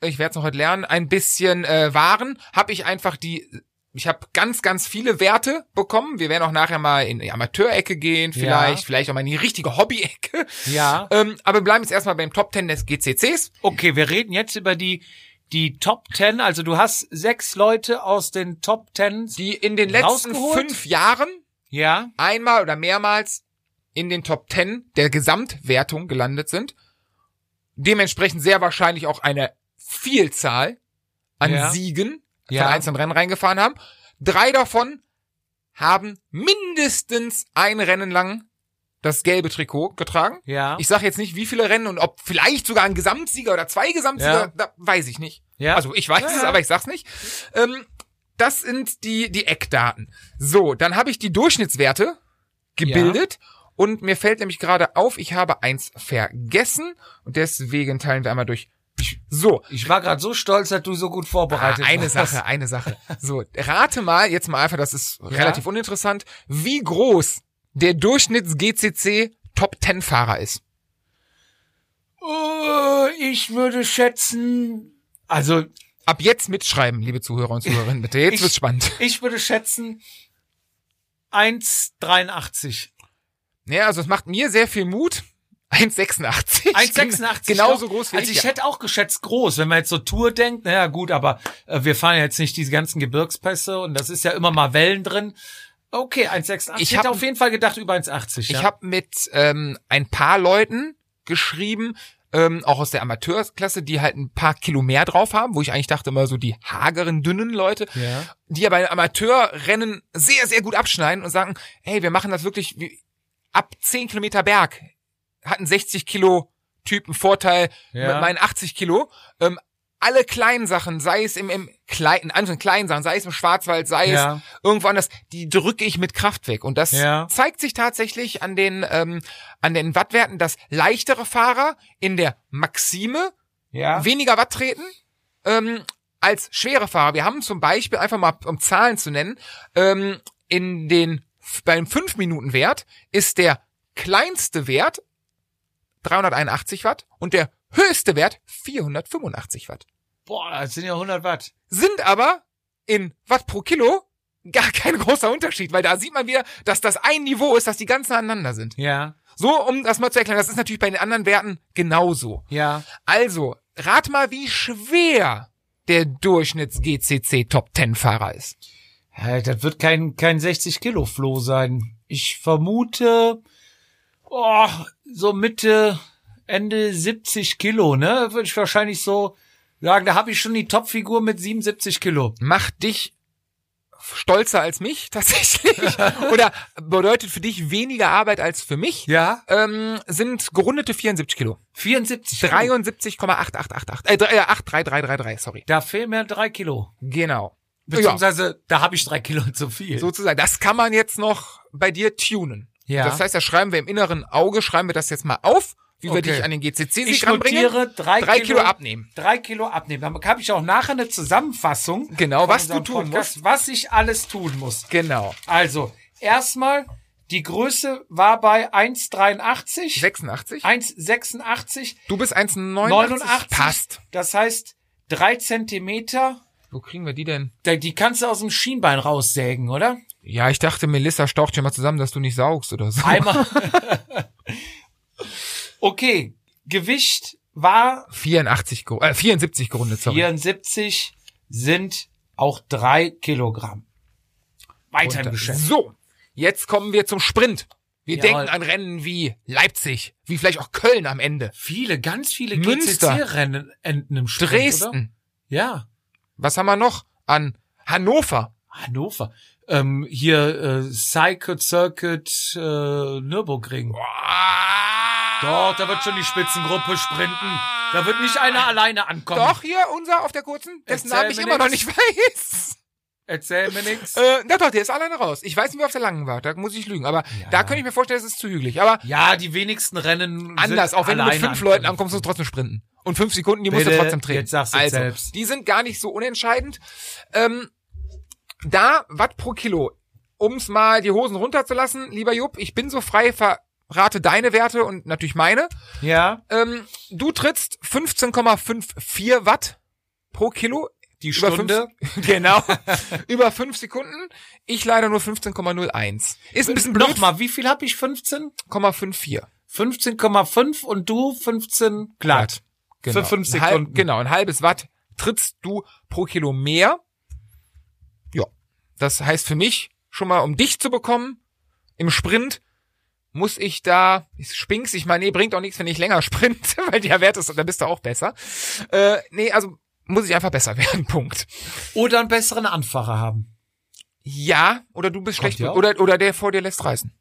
[SPEAKER 2] ich werde es noch heute lernen, ein bisschen äh, wahren, habe ich einfach die, ich habe ganz, ganz viele Werte bekommen. Wir werden auch nachher mal in die Amateurecke gehen, vielleicht,
[SPEAKER 4] Ja.
[SPEAKER 2] vielleicht auch mal in die richtige Hobby-Ecke.
[SPEAKER 4] ja.
[SPEAKER 2] Ähm, aber wir bleiben jetzt erstmal beim Top 10 des GCCs.
[SPEAKER 4] Okay, wir reden jetzt über die, die Top Ten. Also du hast sechs Leute aus den Top Ten.
[SPEAKER 2] die in den letzten
[SPEAKER 4] Rausgeholt?
[SPEAKER 2] fünf Jahren
[SPEAKER 4] Ja.
[SPEAKER 2] einmal oder mehrmals in den Top 10 der Gesamtwertung gelandet sind. Dementsprechend sehr wahrscheinlich auch eine Vielzahl an
[SPEAKER 4] Ja.
[SPEAKER 2] Siegen
[SPEAKER 4] Ja.
[SPEAKER 2] von einzelnen Rennen reingefahren haben. Drei davon haben mindestens ein Rennen lang das gelbe Trikot getragen.
[SPEAKER 4] Ja.
[SPEAKER 2] Ich sage jetzt nicht, wie viele Rennen und ob vielleicht sogar ein Gesamtsieger oder zwei Gesamtsieger,
[SPEAKER 4] Ja.
[SPEAKER 2] da weiß ich nicht.
[SPEAKER 4] Ja.
[SPEAKER 2] Also ich weiß
[SPEAKER 4] Ja,
[SPEAKER 2] es,
[SPEAKER 4] ja.
[SPEAKER 2] aber ich sag's nicht. Ähm, das sind die, die Eckdaten. So, dann habe ich die Durchschnittswerte gebildet. Und mir fällt nämlich gerade auf, ich habe eins vergessen. Und deswegen teilen wir einmal durch. So,
[SPEAKER 4] Ich war gerade so stolz, dass du so gut
[SPEAKER 2] ah,
[SPEAKER 4] vorbereitet
[SPEAKER 2] eine
[SPEAKER 4] warst.
[SPEAKER 2] Sache, eine Sache. So, rate mal, jetzt mal einfach, das ist relativ uninteressant, wie groß der Durchschnitts-GCC Top 10 Fahrer ist.
[SPEAKER 4] Oh, ich würde schätzen, also
[SPEAKER 2] Ab jetzt mitschreiben, liebe Zuhörer und Zuhörerinnen, bitte. Jetzt
[SPEAKER 4] Ich-
[SPEAKER 2] wird's spannend.
[SPEAKER 4] ich würde schätzen 1,83.
[SPEAKER 2] Ja, also es macht mir sehr viel Mut. 1,86.
[SPEAKER 4] 1,86.
[SPEAKER 2] Genauso
[SPEAKER 4] doch.
[SPEAKER 2] groß wie
[SPEAKER 4] Also ich
[SPEAKER 2] ich. ja.
[SPEAKER 4] hätte auch geschätzt groß, wenn man jetzt so Tour denkt. Naja gut, aber äh, wir fahren ja jetzt nicht diese ganzen Gebirgspässe und das ist ja immer mal Wellen drin. Okay, 1,86.
[SPEAKER 2] Ich
[SPEAKER 4] Ich hätte
[SPEAKER 2] hab-
[SPEAKER 4] auf jeden Fall gedacht über 1,80. Ja?
[SPEAKER 2] Ich habe mit ähm, ein paar Leuten geschrieben, ähm, auch aus der Amateursklasse, die halt ein paar Kilo mehr drauf haben, wo ich eigentlich dachte immer so die hageren, dünnen Leute,
[SPEAKER 4] Ja.
[SPEAKER 2] die ja bei Amateurrennen sehr, sehr gut abschneiden und sagen, hey, wir machen das wirklich wie, ab 10 Kilometer Berg. Hatten 60 Kilo Typen Vorteil
[SPEAKER 4] Ja.
[SPEAKER 2] mit meinen 80 Kilo. Ähm, alle kleinen Sachen, sei es im, im kleinen, anderen kleinen Sachen, sei es im Schwarzwald, sei
[SPEAKER 4] Ja.
[SPEAKER 2] es irgendwo anders, die drücke ich mit Kraft weg. Und das
[SPEAKER 4] Ja.
[SPEAKER 2] zeigt sich tatsächlich an den, ähm, an den Wattwerten, dass leichtere Fahrer in der Maxime
[SPEAKER 4] Ja.
[SPEAKER 2] weniger Watt treten ähm, als schwere Fahrer. Wir haben zum Beispiel, einfach mal um Zahlen zu nennen, ähm, in den beim 5-Minuten-Wert ist der kleinste Wert 381 Watt und der höchste Wert 485 Watt.
[SPEAKER 4] Boah, das sind ja 100 Watt.
[SPEAKER 2] Sind aber in Watt pro Kilo gar kein großer Unterschied, weil da sieht man wieder, dass das ein Niveau ist, dass die ganz nah aneinander sind.
[SPEAKER 4] Ja.
[SPEAKER 2] So, um das mal zu erklären, das ist natürlich bei den anderen Werten genauso.
[SPEAKER 4] Ja.
[SPEAKER 2] Also, rat mal, wie schwer der Durchschnitts-GCC Top 10 Fahrer ist.
[SPEAKER 4] Äh, Das wird kein, kein 60 Kilo Floh sein. Ich vermute, oh, so Mitte, Ende 70 Kilo, ne? Würde ich wahrscheinlich so sagen, da habe ich schon die Topfigur mit 77 Kilo.
[SPEAKER 2] Macht dich stolzer als mich tatsächlich oder bedeutet für dich weniger Arbeit als für mich?
[SPEAKER 4] Ja?
[SPEAKER 2] Ähm, sind gerundete 74 Kilo.
[SPEAKER 4] 74. Kilo.
[SPEAKER 2] 73,8888. Äh, drei- äh, 83333, sorry.
[SPEAKER 4] Da fehlen mir drei Kilo.
[SPEAKER 2] Genau. Ja,
[SPEAKER 4] Beziehungsweise, da habe ich drei Kilo zu viel.
[SPEAKER 2] sozusagen. Das kann man jetzt noch bei dir tunen.
[SPEAKER 4] Ja.
[SPEAKER 2] Das heißt, da schreiben wir im inneren Auge, schreiben wir das jetzt mal auf, wie wir
[SPEAKER 4] Okay.
[SPEAKER 2] dich an den GCC-Sieg
[SPEAKER 4] ich
[SPEAKER 2] ranbringen.
[SPEAKER 4] notiere drei,
[SPEAKER 2] drei Kilo abnehmen.
[SPEAKER 4] Drei Kilo abnehmen. Dann habe ich auch nachher eine Zusammenfassung.
[SPEAKER 2] Genau,
[SPEAKER 4] von
[SPEAKER 2] was du
[SPEAKER 4] unserem
[SPEAKER 2] tun
[SPEAKER 4] musst. Was ich alles tun muss.
[SPEAKER 2] Genau.
[SPEAKER 4] Also, erstmal, die Größe war bei 1,83,
[SPEAKER 2] 86?
[SPEAKER 4] 1,86,
[SPEAKER 2] Du bist 1,89.
[SPEAKER 4] 89.
[SPEAKER 2] Passt.
[SPEAKER 4] Das heißt, drei Zentimeter,
[SPEAKER 2] Wo kriegen wir die denn?
[SPEAKER 4] da- die kannst du aus dem Schienbein raussägen, oder?
[SPEAKER 2] Ja, ich dachte, Melissa staucht ja mal zusammen, dass du nicht saugst oder so.
[SPEAKER 4] Einmal. okay, Gewicht war
[SPEAKER 2] 84, geru- äh, 74 gerundet, sorry.
[SPEAKER 4] 74 sind auch drei Kilogramm. Weiter im
[SPEAKER 2] Runter.
[SPEAKER 4] Geschäft.
[SPEAKER 2] So, jetzt kommen wir zum Sprint. Wir
[SPEAKER 4] Jawohl.
[SPEAKER 2] denken an Rennen wie Leipzig, wie vielleicht auch Köln am Ende.
[SPEAKER 4] Viele, ganz viele
[SPEAKER 2] Münster.
[SPEAKER 4] GCC-Rennen enden im Sprint, Oder?
[SPEAKER 2] Dresden.
[SPEAKER 4] Ja,
[SPEAKER 2] Was haben wir noch? An Hannover.
[SPEAKER 4] Hannover. Ähm, hier äh, Cycle Circuit äh, Nürburgring.
[SPEAKER 2] Ah!
[SPEAKER 4] Doch, da wird schon die Spitzengruppe sprinten. Da wird nicht einer alleine ankommen.
[SPEAKER 2] Doch, hier unser auf der kurzen, dessen
[SPEAKER 4] Erzähl
[SPEAKER 2] Namen ich
[SPEAKER 4] mir
[SPEAKER 2] immer noch
[SPEAKER 4] nix.
[SPEAKER 2] nicht weiß.
[SPEAKER 4] Erzähl mir nix.
[SPEAKER 2] Äh, na doch, der ist alleine raus. Ich weiß nicht, wie auf der langen war. Da muss ich lügen. Aber da könnte ich mir vorstellen, es ist zu hügelig. Aber
[SPEAKER 4] Ja, die wenigsten Rennen
[SPEAKER 2] anders,
[SPEAKER 4] sind
[SPEAKER 2] auch wenn du mit
[SPEAKER 4] alleine
[SPEAKER 2] fünf Leuten
[SPEAKER 4] ankommen.
[SPEAKER 2] ankommst, musst du trotzdem sprinten. Und fünf Sekunden, die musst du
[SPEAKER 4] Bitte,
[SPEAKER 2] trotzdem treten.
[SPEAKER 4] jetzt sagst du's
[SPEAKER 2] also,
[SPEAKER 4] selbst.
[SPEAKER 2] die sind gar nicht so unentscheidend. Ähm, da Watt pro Kilo. Um's mal die Hosen runterzulassen, lieber Jupp, ich bin so frei, verrate deine Werte und natürlich meine.
[SPEAKER 4] Ja,
[SPEAKER 2] Ähm, du trittst 15,54 Watt pro Kilo.
[SPEAKER 4] die
[SPEAKER 2] Über
[SPEAKER 4] Stunde.
[SPEAKER 2] Fünf, genau. über fünf Sekunden. Ich leider nur 15,01. Ist ein bisschen blöd.
[SPEAKER 4] Nochmal, wie viel habe ich? 15?
[SPEAKER 2] 0,54.
[SPEAKER 4] 15,5 und du 15 glatt.
[SPEAKER 2] Genau.
[SPEAKER 4] Für fünf
[SPEAKER 2] Ein halb-
[SPEAKER 4] Sekunden.
[SPEAKER 2] genau, ein halbes Watt trittst du pro Kilo mehr. Ja. Das heißt für mich, schon mal um dich zu bekommen, im Sprint, muss ich da, ich spinks, ich meine, nee, bringt auch nichts, wenn ich länger sprinte, weil der Wert ist, da bist du auch besser. Äh, nee, also muss ich einfach besser werden, Punkt.
[SPEAKER 4] Oder einen besseren Anfahrer haben.
[SPEAKER 2] Ja, oder du bist
[SPEAKER 4] Kommt
[SPEAKER 2] schlecht,
[SPEAKER 4] ja auch.
[SPEAKER 2] oder, oder der vor dir lässt reißen.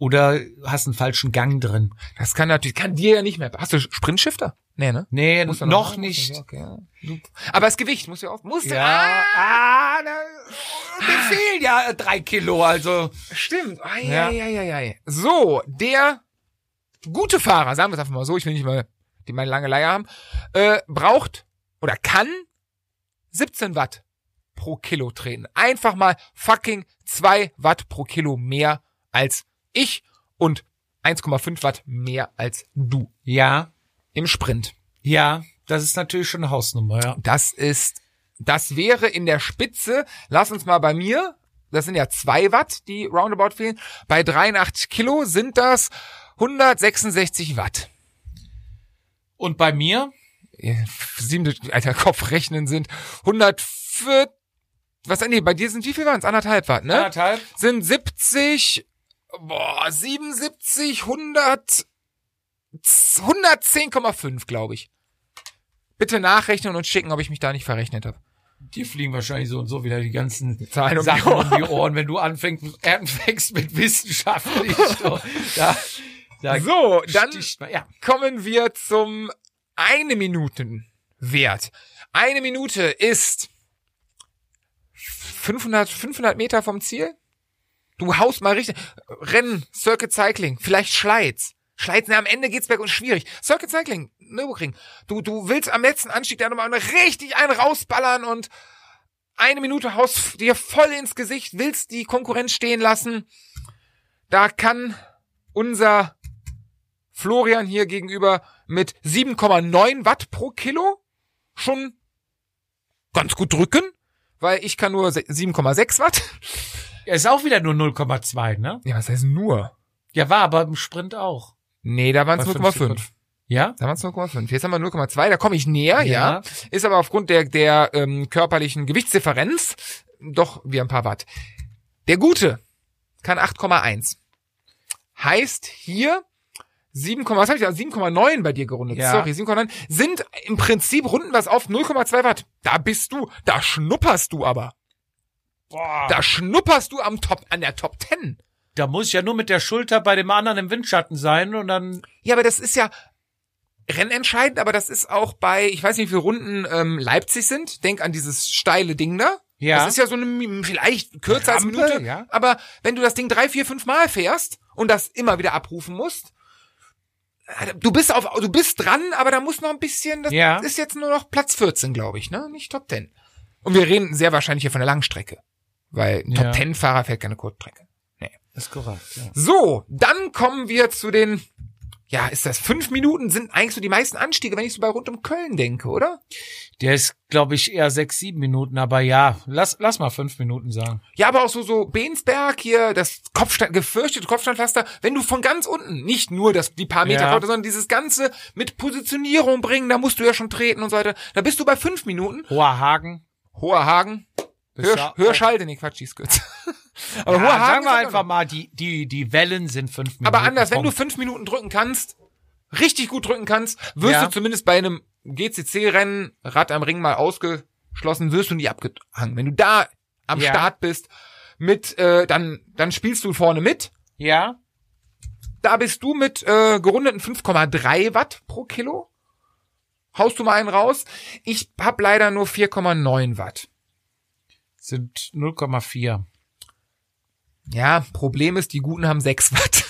[SPEAKER 4] Oder hast einen falschen Gang drin.
[SPEAKER 2] Das kann natürlich, kann dir ja nicht mehr. Hast du Sprintshifter? Nee, ne?
[SPEAKER 4] Nee,
[SPEAKER 2] Muss
[SPEAKER 4] noch,
[SPEAKER 2] ja rein, muss
[SPEAKER 4] nicht.
[SPEAKER 2] ja, okay, ja. Du- Aber das Gewicht muss ja auf. Muss
[SPEAKER 4] Ja,
[SPEAKER 2] Ah,
[SPEAKER 4] ah, da, mir fehlen ja äh, drei Kilo, also.
[SPEAKER 2] stimmt. Ai,
[SPEAKER 4] Ja.
[SPEAKER 2] ai, ai, ai, ai. So, der gute Fahrer, sagen wir es einfach mal so, ich will nicht mal die meine lange Leier haben, äh, braucht oder kann 17 Watt pro Kilo treten. Einfach mal fucking 2 Watt pro Kilo mehr als ich und 1,5 Watt mehr als du
[SPEAKER 4] Ja,
[SPEAKER 2] im Sprint.
[SPEAKER 4] ja, das ist natürlich schon eine Hausnummer, ja.
[SPEAKER 2] Das ist, das wäre in der Spitze, lass uns mal bei mir, das sind ja zwei Watt, die roundabout fehlen, bei 83 Kilo sind das 166 Watt.
[SPEAKER 4] Und bei mir?
[SPEAKER 2] Äh, Sieben, alter Kopfrechnen sind 104, was, nee, bei dir sind, wie viel waren es? Anderthalb Watt, ne?
[SPEAKER 4] Anderthalb?
[SPEAKER 2] Sind 70, boah, 77, 100, 110,5, glaube ich. Bitte nachrechnen und schicken, ob ich mich da nicht verrechnet habe.
[SPEAKER 4] Die fliegen wahrscheinlich so und so wieder die ganzen
[SPEAKER 2] Zahlen um die
[SPEAKER 4] Sachen um die
[SPEAKER 2] Ohren.
[SPEAKER 4] Ohren, wenn du anfängst, anfängst mit wissenschaftlich. So, da, da
[SPEAKER 2] So, dann
[SPEAKER 4] sticht man, ja.
[SPEAKER 2] kommen wir zum eine Minuten Wert. Eine Minute ist 500, 500 Meter vom Ziel? Du haust mal richtig. Rennen, Circuit Cycling, vielleicht Schleiz. Schleiz, na, am Ende geht's berg und schwierig. Circuit Cycling, Nürburgring. Du, du willst am letzten Anstieg da nochmal richtig einen rausballern und eine Minute haust dir voll ins Gesicht, willst die Konkurrenz stehen lassen. Da kann unser Florian hier gegenüber mit 7,9 Watt pro Kilo schon ganz gut drücken, weil ich kann nur se- 7,6 Watt.
[SPEAKER 4] Er ist auch wieder nur 0,2, ne?
[SPEAKER 2] Ja, was heißt nur?
[SPEAKER 4] Ja, war aber im Sprint auch.
[SPEAKER 2] Nee, da waren es
[SPEAKER 4] Bei fünf
[SPEAKER 2] 0,5.
[SPEAKER 4] Sekunden. Ja?
[SPEAKER 2] Da waren es 0,5. Jetzt haben wir 0,2, da komme ich näher,
[SPEAKER 4] Ja.
[SPEAKER 2] ja. Ist aber aufgrund der, der ähm, körperlichen Gewichtsdifferenz doch wie ein paar Watt. Der Gute kann 8,1. Heißt hier 7, was habe ich da? 7,9 bei dir gerundet.
[SPEAKER 4] Ja.
[SPEAKER 2] Sorry, 7,9 sind im Prinzip runden was auf 0,2 Watt. Da bist du, da schnupperst du aber.
[SPEAKER 4] Boah. Da,
[SPEAKER 2] Da schnupperst du am Top, an der Top 10.
[SPEAKER 4] da muss ich ja nur mit der Schulter bei dem anderen im Windschatten sein und dann.
[SPEAKER 2] Ja, aber das ist ja rennentscheidend, aber das ist auch bei, ich weiß nicht, wie viele Runden ähm, Leipzig sind. Denk an dieses steile Ding da.
[SPEAKER 4] Ja.
[SPEAKER 2] Das ist ja so eine, Mi- vielleicht kürzer als eine
[SPEAKER 4] Rampe,
[SPEAKER 2] Minute.
[SPEAKER 4] ja.
[SPEAKER 2] Aber wenn du das Ding drei, vier, fünf Mal fährst und das immer wieder abrufen musst, äh, du bist auf, du bist dran, aber da muss noch ein bisschen, das
[SPEAKER 4] Ja.
[SPEAKER 2] ist jetzt nur noch Platz 14, glaube ich, ne? Nicht Top 10. Und wir reden sehr wahrscheinlich hier von der Langstrecke. Weil ein
[SPEAKER 4] Ja.
[SPEAKER 2] Top 10 Fahrer fährt keine Kurzstrecke.
[SPEAKER 4] ist korrekt, ja.
[SPEAKER 2] So, dann kommen wir zu den, ja, ist das fünf Minuten, sind eigentlich so die meisten Anstiege, wenn ich so bei rund um Köln denke, oder?
[SPEAKER 4] Der ist, glaube ich, eher sechs, sieben Minuten, aber ja, lass, lass mal fünf Minuten sagen.
[SPEAKER 2] Ja, aber auch so, so Bensberg hier, das Kopfstand, gefürchtete Kopfstandpflaster, wenn du von ganz unten, nicht nur das, die paar Meter
[SPEAKER 4] Ja.
[SPEAKER 2] Raute, sondern dieses Ganze mit Positionierung bringen, da musst du ja schon treten und so weiter, da bist du bei fünf Minuten.
[SPEAKER 4] Hoher Hagen.
[SPEAKER 2] Hoher Hagen,
[SPEAKER 4] Bist
[SPEAKER 2] Hör,
[SPEAKER 4] du-
[SPEAKER 2] Hörschalde, nee, Quatsch, die ist kürzer. aber
[SPEAKER 4] ja, sagen
[SPEAKER 2] Hoher Hagen ist
[SPEAKER 4] wir
[SPEAKER 2] halt auch
[SPEAKER 4] einfach
[SPEAKER 2] noch-
[SPEAKER 4] mal, die, die, die Wellen sind fünf Minuten.
[SPEAKER 2] Aber anders, wenn du
[SPEAKER 4] Punkt.
[SPEAKER 2] fünf Minuten drücken kannst, richtig gut drücken kannst, wirst
[SPEAKER 4] Ja.
[SPEAKER 2] du zumindest bei einem GCC-Rennen, Rad am Ring mal ausgeschlossen, wirst du nie abgehangen. Wenn du da am
[SPEAKER 4] Ja.
[SPEAKER 2] Start bist, mit, äh, dann, dann spielst du vorne mit.
[SPEAKER 4] Ja?
[SPEAKER 2] Da bist du mit äh, gerundeten 5,3 Watt pro Kilo. Haust du mal einen raus. Ich hab leider nur 4,9 Watt.
[SPEAKER 4] Sind 0,4.
[SPEAKER 2] Ja, Problem ist, die Guten haben 6 Watt.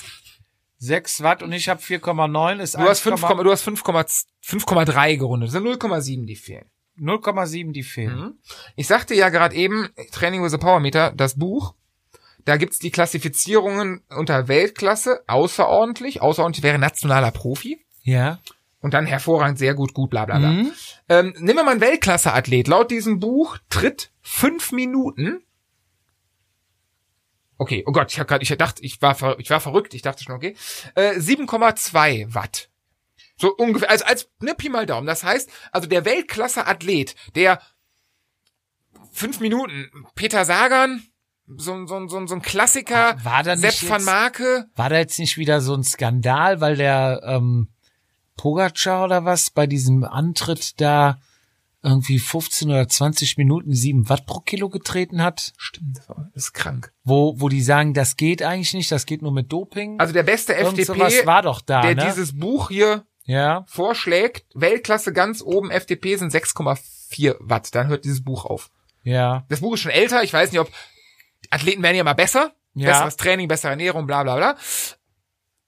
[SPEAKER 4] Sechs Watt und ich habe 4,9 ist
[SPEAKER 2] Du hast 5,
[SPEAKER 4] 1,0
[SPEAKER 2] du hast 5,2 5,3 gerundet. Das sind 0,7, die fehlen.
[SPEAKER 4] 0,7 die fehlen.
[SPEAKER 2] Ich sagte ja gerade eben, Training with a Power Meter, das Buch, da gibt's die Klassifizierungen unter Weltklasse, außerordentlich, außerordentlich wäre nationaler Profi
[SPEAKER 4] Ja.
[SPEAKER 2] und dann hervorragend, sehr gut, gut, bla bla bla.
[SPEAKER 4] Mhm.
[SPEAKER 2] Ähm, nehmen wir mal einen Weltklasse-Athlet. Laut diesem Buch tritt fünf Minuten. Okay, oh Gott, ich habe gerade, ich dachte, ich war, ver- ich war verrückt, ich dachte schon, okay. Äh, 7,2 Watt. So ungefähr, also als ne Pi mal Daumen. Das heißt, also der Weltklasse-Athlet, der fünf Minuten, Peter Sagan, so, ein- so, ein- so, ein- so ein Klassiker,
[SPEAKER 4] War da nicht
[SPEAKER 2] Sepp van
[SPEAKER 4] jetzt-
[SPEAKER 2] Marke,
[SPEAKER 4] War da jetzt nicht wieder so ein Skandal, weil der ähm, Pogacar oder was bei diesem Antritt da irgendwie 15 oder 20 Minuten 7 Watt pro Kilo getreten hat,
[SPEAKER 2] stimmt, das ist krank.
[SPEAKER 4] wo, wo die sagen, das geht eigentlich nicht, das geht nur mit Doping.
[SPEAKER 2] Also der beste
[SPEAKER 4] Irgend
[SPEAKER 2] FDP,
[SPEAKER 4] sowas war doch da,
[SPEAKER 2] der
[SPEAKER 4] ne?
[SPEAKER 2] dieses Buch hier
[SPEAKER 4] ja.
[SPEAKER 2] vorschlägt, Weltklasse ganz oben, FDP sind 6,4 Watt, dann hört dieses Buch auf.
[SPEAKER 4] Ja.
[SPEAKER 2] Das Buch ist schon älter, ich weiß nicht, ob Athleten werden ja mal besser,
[SPEAKER 4] Ja.
[SPEAKER 2] besseres Training, bessere Ernährung, bla bla bla.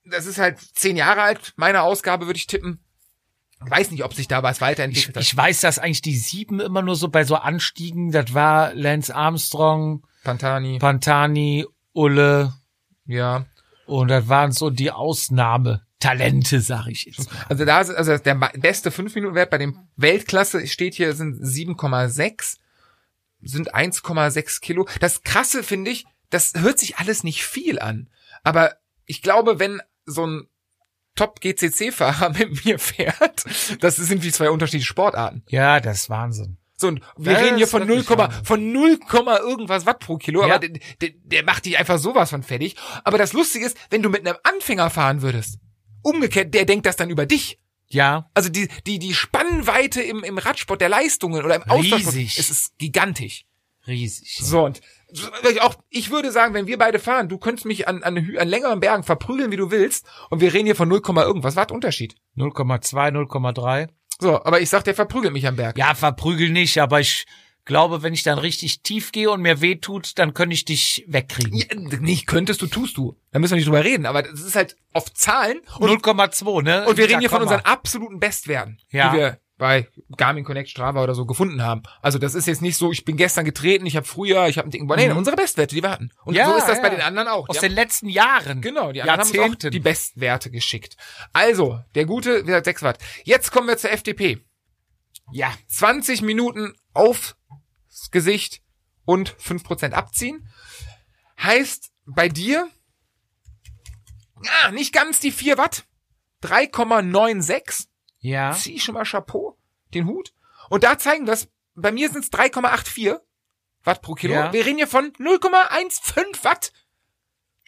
[SPEAKER 2] Das ist halt zehn Jahre alt, meine Ausgabe würde ich tippen. Ich weiß nicht, ob sich da was
[SPEAKER 4] Ich,
[SPEAKER 2] weiterentwickelt
[SPEAKER 4] ich
[SPEAKER 2] hat.
[SPEAKER 4] weiß, dass eigentlich die sieben immer nur so bei so Anstiegen, das war Lance Armstrong,
[SPEAKER 2] Pantani,
[SPEAKER 4] Pantani, Ulle
[SPEAKER 2] ja.
[SPEAKER 4] und das waren so die Ausnahmetalente, sag ich jetzt. mal.
[SPEAKER 2] Also da ist, also der ma- beste 5 Minuten Wert bei dem Weltklasse steht hier sind 7,6 sind 1,6 Kilo. Das krasse finde ich, das hört sich alles nicht viel an, aber ich glaube, wenn so ein Top GCC Fahrer mit mir fährt, das sind wie zwei unterschiedliche Sportarten.
[SPEAKER 4] Ja, das ist Wahnsinn.
[SPEAKER 2] So und wir
[SPEAKER 4] Das
[SPEAKER 2] reden hier
[SPEAKER 4] ist
[SPEAKER 2] von 0,
[SPEAKER 4] wirklich Wahnsinn.
[SPEAKER 2] von 0, irgendwas Watt pro Kilo,
[SPEAKER 4] Ja.
[SPEAKER 2] aber der, der, der macht dich einfach sowas von fertig. Aber das lustige ist, wenn du mit einem Anfänger fahren würdest, umgekehrt, der denkt das dann über dich.
[SPEAKER 4] Ja,
[SPEAKER 2] Also die, die, die Spannweite im, im Radsport der Leistungen oder im Austauschsport,
[SPEAKER 4] Riesig.
[SPEAKER 2] es ist gigantisch.
[SPEAKER 4] riesig.
[SPEAKER 2] So und so, weil ich auch ich würde sagen, wenn wir beide fahren, du könntest mich an, an, Hü- an längeren Bergen verprügeln, wie du willst und wir reden hier von 0, irgendwas Watt Unterschied.
[SPEAKER 4] 0,2, 0,3.
[SPEAKER 2] So, aber ich sag, der verprügelt mich am Berg.
[SPEAKER 4] Ja, verprügel nicht, aber ich glaube, wenn ich dann richtig tief gehe und mir weh tut, dann könnte ich dich wegkriegen.
[SPEAKER 2] Ja, nicht könntest du, tust du. Da müssen wir nicht drüber reden, aber das ist halt auf Zahlen und,
[SPEAKER 4] 0,2, ne?
[SPEAKER 2] und wir reden
[SPEAKER 4] Ja,
[SPEAKER 2] hier von
[SPEAKER 4] Komma.
[SPEAKER 2] unseren absoluten Bestwerten,
[SPEAKER 4] Ja.
[SPEAKER 2] die wir bei Garmin Connect Strava oder so gefunden haben. Also das ist jetzt nicht so, ich bin gestern getreten, ich habe früher, ich habe einen dicken Bauch. Nee, unsere Bestwerte, die wir hatten. Und
[SPEAKER 4] Mhm. Ja,
[SPEAKER 2] so ist das
[SPEAKER 4] ja.
[SPEAKER 2] bei den anderen auch. Die
[SPEAKER 4] aus
[SPEAKER 2] haben-
[SPEAKER 4] den letzten Jahren.
[SPEAKER 2] Oh, Genau, die anderen haben uns auch
[SPEAKER 4] Jahrzehnten.
[SPEAKER 2] die Bestwerte geschickt. Also, der gute, wie gesagt, 6 Watt. Jetzt kommen wir zur FDP.
[SPEAKER 4] Ja.
[SPEAKER 2] 20 Minuten aufs Gesicht und 5% abziehen. Heißt bei dir, ah, nicht ganz die 4 Watt, 3,96.
[SPEAKER 4] Ja.
[SPEAKER 2] Zieh ich schon mal Chapeau, den Hut. Und da zeigen wir bei mir sind es 3,84 Watt pro Kilo.
[SPEAKER 4] Ja.
[SPEAKER 2] Wir reden hier von 0,15 Watt.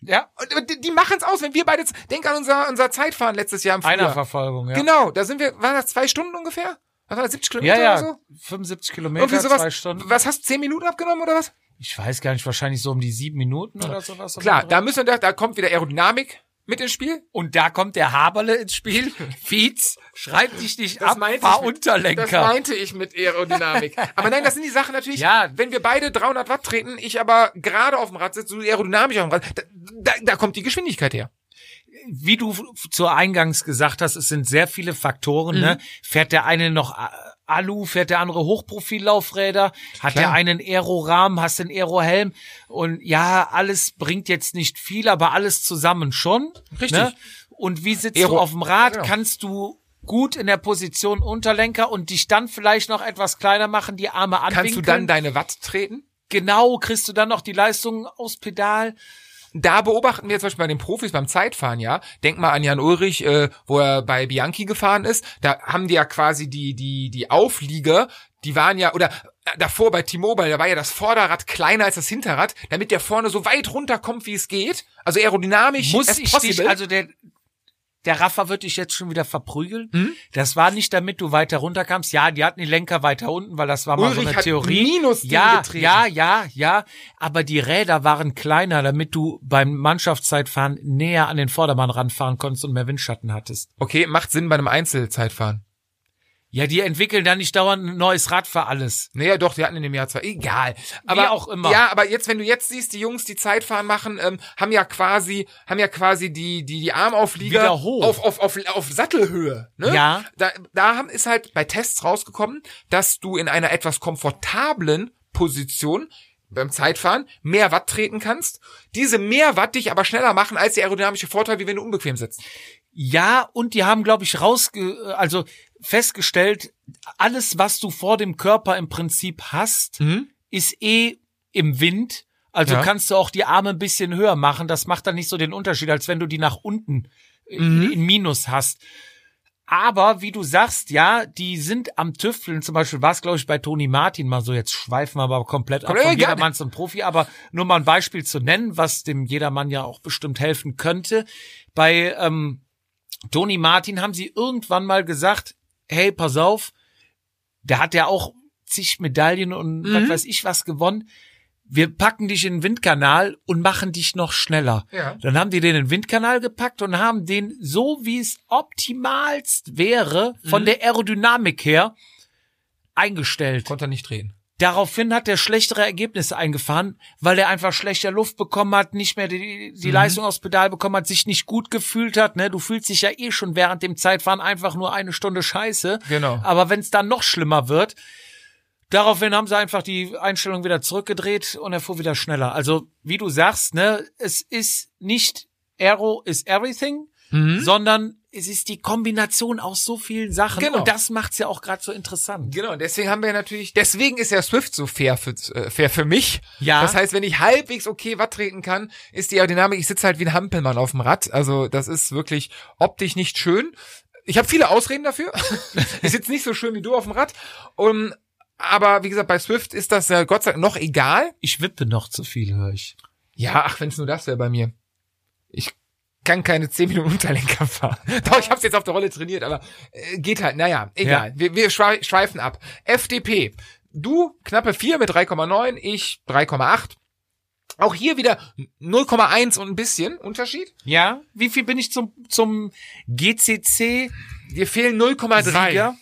[SPEAKER 4] Ja.
[SPEAKER 2] Und aber die- die machen es aus, wenn wir beide. z- Denk an unser, unser Zeitfahren letztes Jahr im Frühjahr.
[SPEAKER 4] Einerverfolgung, ja.
[SPEAKER 2] Genau, da sind wir, waren das zwei Stunden ungefähr? Was war das, 70 Kilometer
[SPEAKER 4] Ja, ja.
[SPEAKER 2] oder so?
[SPEAKER 4] 75 Kilometer,
[SPEAKER 2] Irgendwie sowas.
[SPEAKER 4] zwei Stunden.
[SPEAKER 2] Was hast du, 10 Minuten abgenommen oder was?
[SPEAKER 4] Ich weiß gar nicht, wahrscheinlich so um die sieben Minuten oder sowas.
[SPEAKER 2] Klar, da müssen wir, da- da kommt wieder Aerodynamik mit ins Spiel.
[SPEAKER 4] Und da kommt der Haberle ins Spiel. Fietz, schreib dich nicht
[SPEAKER 2] Das
[SPEAKER 4] ab,
[SPEAKER 2] meinte
[SPEAKER 4] fahr
[SPEAKER 2] ich mit-
[SPEAKER 4] Unterlenker.
[SPEAKER 2] Das meinte ich mit Aerodynamik. aber nein, das sind die Sachen natürlich,
[SPEAKER 4] Ja.
[SPEAKER 2] wenn wir beide 300 Watt treten, ich aber gerade auf dem Rad sitze, du aerodynamisch auf dem Rad, da, da, da kommt die Geschwindigkeit her.
[SPEAKER 4] wie du f- zu Eingangs gesagt hast, es sind sehr viele Faktoren. Ne?
[SPEAKER 2] Mhm.
[SPEAKER 4] Fährt der eine noch A- Alu, fährt der andere Hochprofillaufräder, hat
[SPEAKER 2] Klar.
[SPEAKER 4] der einen Aerorahmen, hast den Aerohelm und ja, alles bringt jetzt nicht viel, aber alles zusammen schon.
[SPEAKER 2] Richtig.
[SPEAKER 4] Ne? Und wie sitzt
[SPEAKER 2] Aero-
[SPEAKER 4] du auf dem Rad?
[SPEAKER 2] Genau.
[SPEAKER 4] Kannst du gut in der Position Unterlenker und dich dann vielleicht noch etwas kleiner machen, die Arme anwinkeln?
[SPEAKER 2] Kannst du dann deine Watt treten?
[SPEAKER 4] genau kriegst du dann noch die Leistung aus Pedal?
[SPEAKER 2] Da beobachten wir zum Beispiel bei den Profis beim Zeitfahren, ja. Denk mal an Jan Ulrich, äh, wo er bei Bianchi gefahren ist. Da haben die ja quasi die, die, die Auflieger, die waren ja, oder äh, davor bei T-Mobile, da war ja das Vorderrad kleiner als das Hinterrad, damit der vorne so weit runterkommt, wie es geht. Also aerodynamisch
[SPEAKER 4] muss
[SPEAKER 2] as
[SPEAKER 4] ich
[SPEAKER 2] possible.
[SPEAKER 4] dich, also der, der Raffer wird dich jetzt schon wieder verprügeln.
[SPEAKER 2] Hm?
[SPEAKER 4] Das war nicht, damit du weiter runterkamst. Ja, die hatten die Lenker weiter unten, weil das war mal
[SPEAKER 2] Ulrich
[SPEAKER 4] so eine
[SPEAKER 2] hat
[SPEAKER 4] Theorie.
[SPEAKER 2] Minusdinge
[SPEAKER 4] ja,
[SPEAKER 2] getreten.
[SPEAKER 4] ja, ja, ja. Aber die Räder waren kleiner, damit du beim Mannschaftszeitfahren näher an den Vordermann ranfahren konntest und mehr Windschatten hattest.
[SPEAKER 2] okay, macht Sinn bei einem Einzelzeitfahren.
[SPEAKER 4] Ja, die entwickeln dann nicht dauernd ein neues Rad für alles.
[SPEAKER 2] Naja, doch, die hatten in dem Jahr zwei. Egal. Aber,
[SPEAKER 4] Wie auch immer.
[SPEAKER 2] Ja, aber jetzt, wenn du jetzt siehst, die Jungs, die Zeitfahren machen, ähm, haben ja quasi, haben ja quasi die, die, die Armauflieger
[SPEAKER 4] Wieder hoch.
[SPEAKER 2] Auf, auf, auf, auf Sattelhöhe. Ne?
[SPEAKER 4] Ja.
[SPEAKER 2] Da, da haben, ist halt bei Tests rausgekommen, dass du in einer etwas komfortablen Position beim Zeitfahren mehr Watt treten kannst. Diese mehr Watt dich aber schneller machen als der aerodynamische Vorteil, wie wenn du unbequem sitzt.
[SPEAKER 4] Ja, und die haben, glaube ich, rausge, also festgestellt, alles, was du vor dem Körper im Prinzip hast, ist eh im Wind. Also
[SPEAKER 2] Ja.
[SPEAKER 4] kannst du auch die Arme ein bisschen höher machen. Das macht dann nicht so den Unterschied, als wenn du die nach unten äh, in, in Minus hast. Aber wie du sagst, ja, die sind am Tüfteln. Zum Beispiel war es, glaube ich, bei Toni Martin mal so. Jetzt schweifen wir aber komplett ab
[SPEAKER 2] Komm, ey,
[SPEAKER 4] von
[SPEAKER 2] gerne.
[SPEAKER 4] Jedermann zum Profi. Aber nur mal ein Beispiel zu nennen, was dem Jedermann ja auch bestimmt helfen könnte. Bei ähm, Toni Martin haben sie irgendwann mal gesagt, hey, pass auf, da hat er auch zig Medaillen und was weiß ich was gewonnen. Wir packen dich in den Windkanal und machen dich noch schneller.
[SPEAKER 2] Ja.
[SPEAKER 4] Dann haben die den in den Windkanal gepackt und haben den so, wie es optimalst wäre, von der Aerodynamik her, eingestellt.
[SPEAKER 2] Konnte er nicht drehen.
[SPEAKER 4] Daraufhin hat er schlechtere Ergebnisse eingefahren, weil er einfach schlechter Luft bekommen hat, nicht mehr die, die Leistung aufs Pedal bekommen hat, sich nicht gut gefühlt hat. Ne? Du fühlst dich ja eh schon während dem Zeitfahren einfach nur eine Stunde scheiße.
[SPEAKER 2] Genau.
[SPEAKER 4] Aber wenn es dann noch schlimmer wird, daraufhin haben sie einfach die Einstellung wieder zurückgedreht und er fuhr wieder schneller. Also wie du sagst, ne, es ist nicht Aero is everything, sondern es ist die Kombination aus so vielen Sachen.
[SPEAKER 2] Genau.
[SPEAKER 4] Und das macht's ja auch gerade so interessant.
[SPEAKER 2] Genau, und deswegen haben wir natürlich, deswegen ist ja Swift so fair für, äh, fair für mich.
[SPEAKER 4] Ja.
[SPEAKER 2] Das heißt, wenn ich halbwegs okay Watt treten kann, ist die Aerodynamik, ich sitze halt wie ein Hampelmann auf dem Rad. Also das ist wirklich optisch nicht schön. Ich habe viele Ausreden dafür. ich sitze nicht so schön wie du auf dem Rad. Um, aber wie gesagt, bei Swift ist das äh, Gott sei Dank noch egal.
[SPEAKER 4] Ich wippe noch zu viel, höre ich.
[SPEAKER 2] Ja, ach, wenn es nur das wäre bei mir. Ich kann keine 10 Minuten Unterlenker fahren. Doch, ich habe es jetzt auf der Rolle trainiert, aber äh, geht halt. Naja, egal.
[SPEAKER 4] Ja.
[SPEAKER 2] Wir, wir schwei- schweifen ab. FDP. Du knappe 4 mit 3,9, ich 3,8. Auch hier wieder 0,1 und ein bisschen Unterschied.
[SPEAKER 4] Ja, wie viel bin ich zum, zum GCC?
[SPEAKER 2] Dir fehlen 0,3.
[SPEAKER 4] Sieger?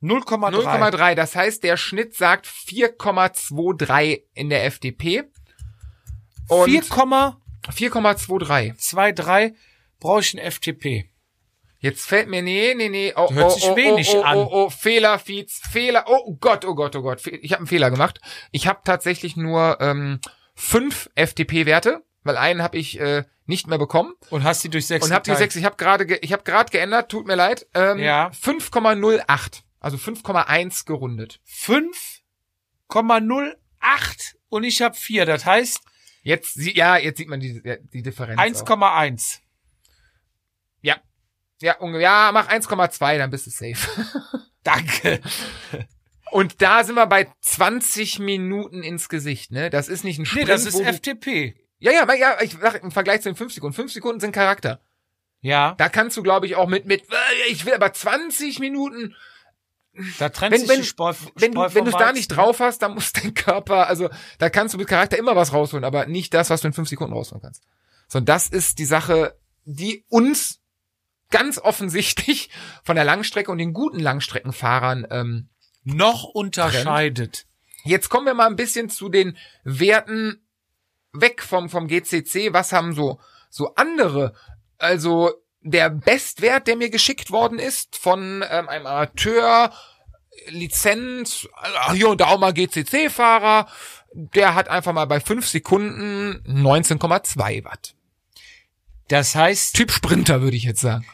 [SPEAKER 4] 0,3.
[SPEAKER 2] 0,3. Das heißt, der Schnitt sagt 4,23 in der FDP. Und
[SPEAKER 4] 4,23
[SPEAKER 2] 4,23.
[SPEAKER 4] brauche ich ein FDP.
[SPEAKER 2] Jetzt fällt mir, nee, nee, nee, oh,
[SPEAKER 4] Hört
[SPEAKER 2] oh,
[SPEAKER 4] sich
[SPEAKER 2] oh,
[SPEAKER 4] wenig
[SPEAKER 2] oh, oh,
[SPEAKER 4] an.
[SPEAKER 2] oh, oh, Fehler, Fietz, Fehler, oh Gott, oh Gott, oh Gott, Fe- ich habe einen Fehler gemacht. Ich habe tatsächlich nur ähm, fünf FDP-Werte, weil einen habe ich äh, nicht mehr bekommen
[SPEAKER 4] Und hast die durch 6
[SPEAKER 2] und habe die sechs, ich habe gerade, ge ich habe gerade geändert, tut mir leid, ähm,
[SPEAKER 4] Ja.
[SPEAKER 2] 5,08, also 5,1 gerundet.
[SPEAKER 4] 5,08 und ich habe 4. Das heißt
[SPEAKER 2] Jetzt, sie- ja, jetzt sieht man die, die Differenz. auch.
[SPEAKER 4] 1,1.
[SPEAKER 2] Ja. Ja, unge- ja, mach 1,2, dann bist du safe.
[SPEAKER 4] Danke.
[SPEAKER 2] Und da sind wir bei 20 Minuten ins Gesicht, ne? Das ist nicht ein
[SPEAKER 4] Nee,
[SPEAKER 2] Sprint,
[SPEAKER 4] das ist
[SPEAKER 2] wo du-
[SPEAKER 4] FDP.
[SPEAKER 2] Ja, ja, ja, ich sag im Vergleich zu den 5 Sekunden. 5 Sekunden sind Charakter.
[SPEAKER 4] Ja,
[SPEAKER 2] Da kannst du, glaube ich, auch mit, mit, äh, ich will aber 20 Minuten.
[SPEAKER 4] da trennt
[SPEAKER 2] Wenn-
[SPEAKER 4] sich
[SPEAKER 2] wenn-
[SPEAKER 4] die Spreu,
[SPEAKER 2] Wenn du,
[SPEAKER 4] Spreu
[SPEAKER 2] wenn
[SPEAKER 4] vom
[SPEAKER 2] du es da
[SPEAKER 4] Weizen.
[SPEAKER 2] nicht drauf hast, dann muss dein Körper, also, da kannst du mit Charakter immer was rausholen, aber nicht das, was du in 5 Sekunden rausholen kannst. Sondern das ist die Sache, die uns ganz offensichtlich von der Langstrecke und den guten Langstreckenfahrern, ähm,
[SPEAKER 4] noch unterscheidet.
[SPEAKER 2] Jetzt kommen wir mal ein bisschen zu den Werten weg vom, vom GCC. Was haben so, so andere? Also, der Bestwert, der mir geschickt worden ist von ähm, einem Amateur, Lizenz, also hier und da auch mal GCC-Fahrer, der hat einfach mal bei 5 Sekunden 19,2 Watt.
[SPEAKER 4] Das heißt,
[SPEAKER 2] Typ Sprinter, würde ich jetzt sagen.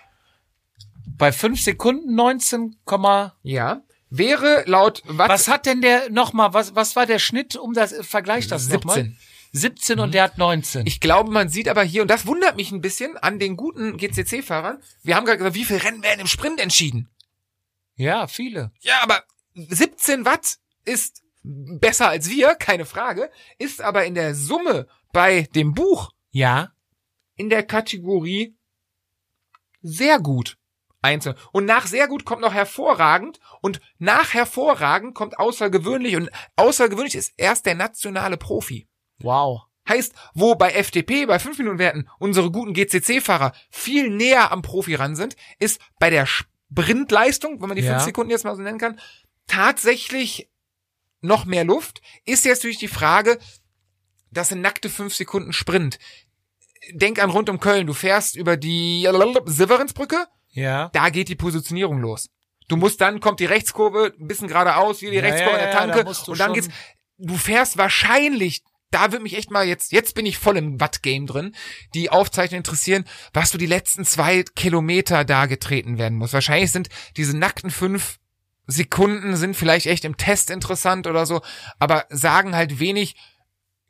[SPEAKER 4] bei 5 Sekunden 19, was,
[SPEAKER 2] Ja. Wäre laut Watt
[SPEAKER 4] was hat denn der nochmal, was, was war der Schnitt, um das, vergleich das nochmal.
[SPEAKER 2] 17.
[SPEAKER 4] 17 und der hat 19.
[SPEAKER 2] Mhm. Ich glaube, man sieht aber hier, und das wundert mich ein bisschen an den guten GCC-Fahrern, wir haben gerade gesagt, wie viel Rennen werden im Sprint entschieden?
[SPEAKER 4] ja, viele.
[SPEAKER 2] Ja, aber 17 Watt ist besser als wir, keine Frage, ist aber in der Summe bei dem Buch
[SPEAKER 4] Ja.
[SPEAKER 2] in der Kategorie sehr gut. Einzel. Und nach sehr gut kommt noch hervorragend und nach hervorragend kommt außergewöhnlich und außergewöhnlich ist erst der nationale Profi.
[SPEAKER 4] Wow.
[SPEAKER 2] Heißt, wo bei FDP, bei 5 Minuten Werten unsere guten GCC-Fahrer viel näher am Profi ran sind, ist bei der Sprintleistung, wenn man die
[SPEAKER 4] Ja.
[SPEAKER 2] 5 Sekunden jetzt mal so nennen kann, tatsächlich noch mehr Luft. Ist jetzt natürlich die Frage, das sind nackte 5 Sekunden Sprint. Denk an rund um Köln, du fährst über die Siverinsbrücke,
[SPEAKER 4] Ja.
[SPEAKER 2] da geht die Positionierung los. Du musst dann, kommt die Rechtskurve, ein bisschen geradeaus, hier die
[SPEAKER 4] Ja,
[SPEAKER 2] Rechtskurve
[SPEAKER 4] ja,
[SPEAKER 2] in der
[SPEAKER 4] ja, da
[SPEAKER 2] Tanke
[SPEAKER 4] musst du
[SPEAKER 2] und dann
[SPEAKER 4] schon-
[SPEAKER 2] geht's. Du fährst wahrscheinlich, da wird mich echt mal jetzt, jetzt bin ich voll im Watt-Game drin, die Aufzeichnungen interessieren, was du die letzten zwei Kilometer da getreten werden musst. Wahrscheinlich sind diese nackten fünf Sekunden sind vielleicht echt im Test interessant oder so, aber sagen halt wenig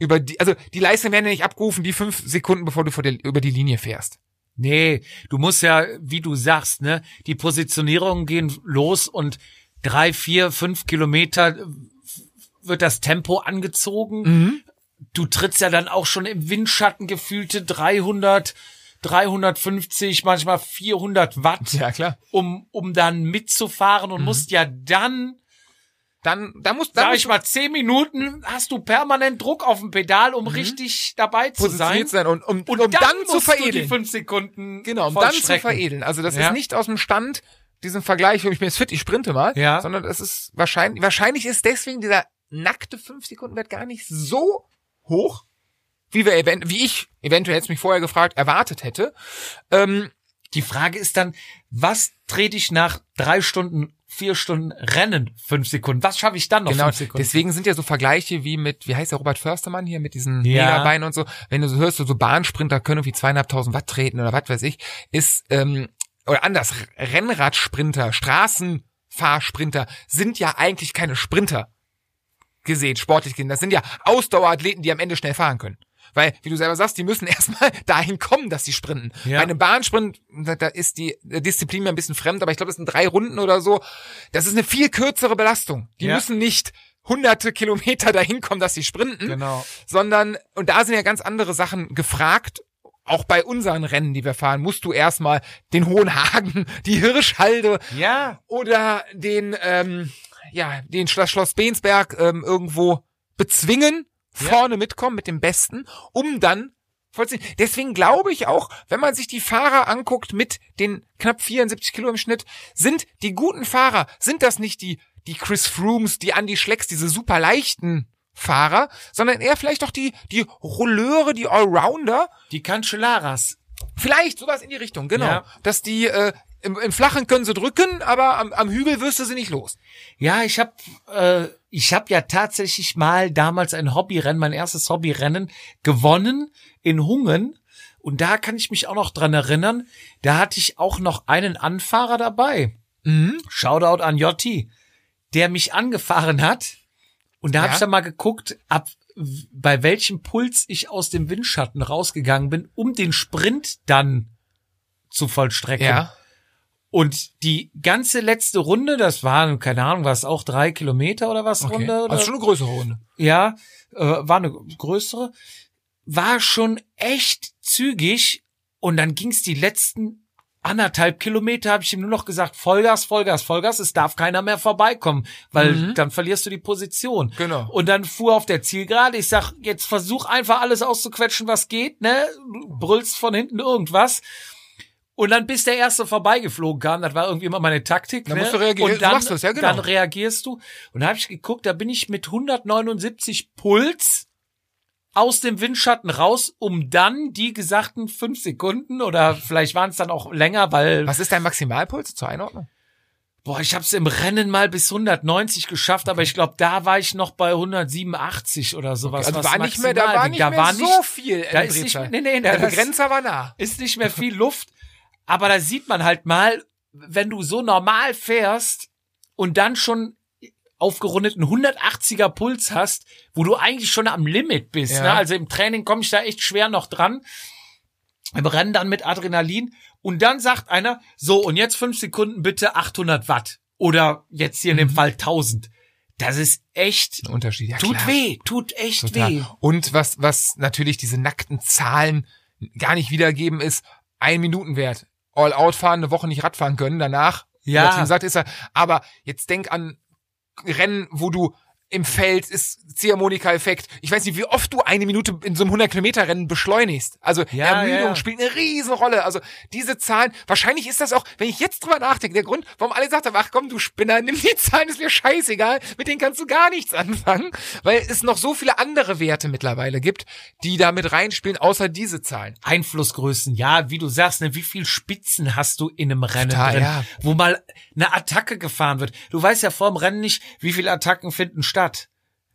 [SPEAKER 2] über die, also die Leistung werden ja nicht abgerufen, die fünf Sekunden, bevor du vor der, über die Linie fährst.
[SPEAKER 4] Nee, du musst ja, wie du sagst, ne, die Positionierungen gehen los und drei, vier, fünf Kilometer äh, wird das Tempo angezogen.
[SPEAKER 2] Mhm.
[SPEAKER 4] Du trittst ja dann auch schon im Windschatten gefühlte 300, 350, manchmal 400 Watt,
[SPEAKER 2] klar. Mhm.
[SPEAKER 4] um, um dann mitzufahren und musst ja dann,
[SPEAKER 2] Dann, da muss, da
[SPEAKER 4] sag
[SPEAKER 2] muss
[SPEAKER 4] ich mal, zehn Minuten hast du permanent Druck auf dem Pedal, um richtig dabei zu sein.
[SPEAKER 2] Mhm. positioniert sein, und um,
[SPEAKER 4] Und
[SPEAKER 2] um dann, zu
[SPEAKER 4] musst Du die
[SPEAKER 2] veredeln.
[SPEAKER 4] fünf Sekunden
[SPEAKER 2] Genau, um dann zu
[SPEAKER 4] vollstrecken.
[SPEAKER 2] veredeln. Also das
[SPEAKER 4] Ja.
[SPEAKER 2] ist nicht aus dem Stand diesen Vergleich, wenn ich bin jetzt fit, ich sprinte mal,
[SPEAKER 4] Ja.
[SPEAKER 2] sondern das ist wahrscheinlich wahrscheinlich ist deswegen dieser nackte 5 Sekunden Wert gar nicht so hoch, wie wir event wie ich eventuell jetzt mich vorher gefragt erwartet hätte. Ähm,
[SPEAKER 4] Die Frage ist dann, was trete ich nach drei Stunden, vier Stunden Rennen, fünf Sekunden? Was schaffe ich dann noch
[SPEAKER 2] genau,
[SPEAKER 4] fünf Sekunden?
[SPEAKER 2] deswegen sind ja so Vergleiche wie mit, wie heißt der Robert Förstermann hier mit diesen
[SPEAKER 4] Ja.
[SPEAKER 2] Megabeinen und so, wenn du so hörst, so Bahnsprinter können irgendwie zweieinhalbtausend Watt treten oder was weiß ich, ist, ähm, oder anders, Rennradsprinter, Straßenfahrsprinter sind ja eigentlich keine Sprinter gesehen, sportlich gesehen. Das sind ja Ausdauerathleten, die am Ende schnell fahren können. Weil, wie du selber sagst, die müssen erstmal dahin kommen, dass sie sprinten.
[SPEAKER 4] Ja.
[SPEAKER 2] Bei einem Bahnsprint, da da ist die Disziplin mir ein bisschen fremd, aber ich glaube, das sind drei Runden oder so. Das ist eine viel kürzere Belastung. Die
[SPEAKER 4] Ja.
[SPEAKER 2] müssen nicht hunderte Kilometer dahin kommen, dass sie sprinten,
[SPEAKER 4] Genau.
[SPEAKER 2] sondern, und da sind ja ganz andere Sachen gefragt. Auch bei unseren Rennen, die wir fahren, musst du erstmal den Hohenhagen, die Hirschhalde,
[SPEAKER 4] Ja.
[SPEAKER 2] oder den ähm, ja den Schloss, Schloss Beensberg ähm, irgendwo bezwingen, vorne mitkommen mit dem Besten, um dann vollziehen. Deswegen glaube ich auch, wenn man sich die Fahrer anguckt mit den knapp 74 Kilo im Schnitt, sind die guten Fahrer, sind das nicht die, die Chris Frooms, die Andy Schlecks, diese super leichten Fahrer, sondern eher vielleicht doch die, die Rolleure, die Allrounder,
[SPEAKER 4] Die Cancellaras.
[SPEAKER 2] Vielleicht sowas in die Richtung, genau.
[SPEAKER 4] Ja.
[SPEAKER 2] Dass die äh, im, im Flachen können sie drücken, aber am, am Hügel wirst du sie nicht los.
[SPEAKER 4] Ja, ich habe äh, ich habe ja tatsächlich mal damals ein Hobbyrennen, mein erstes Hobbyrennen gewonnen in Hungen und da kann ich mich auch noch dran erinnern, da hatte ich auch noch einen Anfahrer dabei. Shoutout an Jotti, der mich angefahren hat und da hab
[SPEAKER 2] Ja.
[SPEAKER 4] ich dann mal geguckt, ab w- bei welchem Puls ich aus dem Windschatten rausgegangen bin, um den Sprint dann zu vollstrecken. Und die ganze letzte Runde, das waren, keine Ahnung, war es auch drei Kilometer oder was
[SPEAKER 2] Okay.
[SPEAKER 4] Runde? Oder?
[SPEAKER 2] Also schon eine größere Runde.
[SPEAKER 4] ja, äh, war eine größere. War schon echt zügig. Und dann ging's die letzten anderthalb Kilometer, habe ich ihm nur noch gesagt, Vollgas, Vollgas, Vollgas, es darf keiner mehr vorbeikommen, weil dann verlierst du die Position.
[SPEAKER 2] Mhm. Genau.
[SPEAKER 4] Und dann fuhr auf der Zielgerade, ich sag, jetzt versuch einfach alles auszuquetschen, was geht, ne? Du Brüllst von hinten irgendwas. Und dann bis der erste vorbeigeflogen kam, das war irgendwie immer meine Taktik.
[SPEAKER 2] Dann
[SPEAKER 4] ne?
[SPEAKER 2] musst du reagieren.
[SPEAKER 4] Und dann,
[SPEAKER 2] Du machst das, ja, genau.
[SPEAKER 4] Dann reagierst du. Und da habe ich geguckt, da bin ich mit 179 Puls aus dem Windschatten raus, um dann die gesagten fünf Sekunden oder vielleicht waren es dann auch länger, weil
[SPEAKER 2] Was ist dein Maximalpuls zur Einordnung?
[SPEAKER 4] boah, ich habe es im Rennen mal bis 190 geschafft, aber ich glaube, da war ich noch bei 187 oder sowas.
[SPEAKER 2] Also
[SPEAKER 4] was
[SPEAKER 2] war nicht mehr, da
[SPEAKER 4] maximal
[SPEAKER 2] war
[SPEAKER 4] ging.
[SPEAKER 2] nicht
[SPEAKER 4] da
[SPEAKER 2] mehr
[SPEAKER 4] war
[SPEAKER 2] so viel.
[SPEAKER 4] da
[SPEAKER 2] in
[SPEAKER 4] ist nicht,
[SPEAKER 2] Drehzahl.
[SPEAKER 4] nee, nee,
[SPEAKER 2] Der
[SPEAKER 4] das-
[SPEAKER 2] Begrenzer war nah.
[SPEAKER 4] ist nicht mehr viel Luft, aber da sieht man halt mal, wenn du so normal fährst und dann schon aufgerundeten 180er Puls hast, wo du eigentlich schon am Limit bist.
[SPEAKER 2] Ja.
[SPEAKER 4] Ne? Also im Training komme ich da echt schwer noch dran. Im Rennen dann mit Adrenalin. Und dann sagt einer, so, und jetzt fünf Sekunden bitte 800 Watt. Oder jetzt hier in dem Fall 1000. Das ist echt,
[SPEAKER 2] Ein Unterschied. Mhm. Ja,
[SPEAKER 4] tut
[SPEAKER 2] klar.
[SPEAKER 4] weh, tut echt
[SPEAKER 2] Total.
[SPEAKER 4] weh.
[SPEAKER 2] Und was, was natürlich diese nackten Zahlen gar nicht wiedergeben ist, ein Minutenwert. All out fahren, eine Woche nicht Radfahren können, danach,
[SPEAKER 4] Ja.
[SPEAKER 2] wie der Team sagt, ist er. Aber jetzt denk an Rennen, wo du im Feld ist Ziehharmonika-Effekt. Ich weiß nicht, wie oft du eine Minute in so einem 100-Kilometer-Rennen beschleunigst. Also
[SPEAKER 4] Ja,
[SPEAKER 2] Ermüdung
[SPEAKER 4] ja, ja.
[SPEAKER 2] spielt eine Riesenrolle. Also diese Zahlen, wahrscheinlich ist das auch, wenn ich jetzt drüber nachdenke, der Grund, warum alle gesagt haben, ach komm, du Spinner, nimm die Zahlen, ist mir scheißegal, mit denen kannst du gar nichts anfangen, weil es noch so viele andere Werte mittlerweile gibt, die da mit reinspielen, außer diese Zahlen.
[SPEAKER 4] Einflussgrößen, ja, wie du sagst, ne, wie viel Spitzen hast du in einem Rennen
[SPEAKER 2] Total,
[SPEAKER 4] drin,
[SPEAKER 2] ja.
[SPEAKER 4] wo mal eine Attacke gefahren wird. Du weißt ja vor dem Rennen nicht, wie viele Attacken finden statt.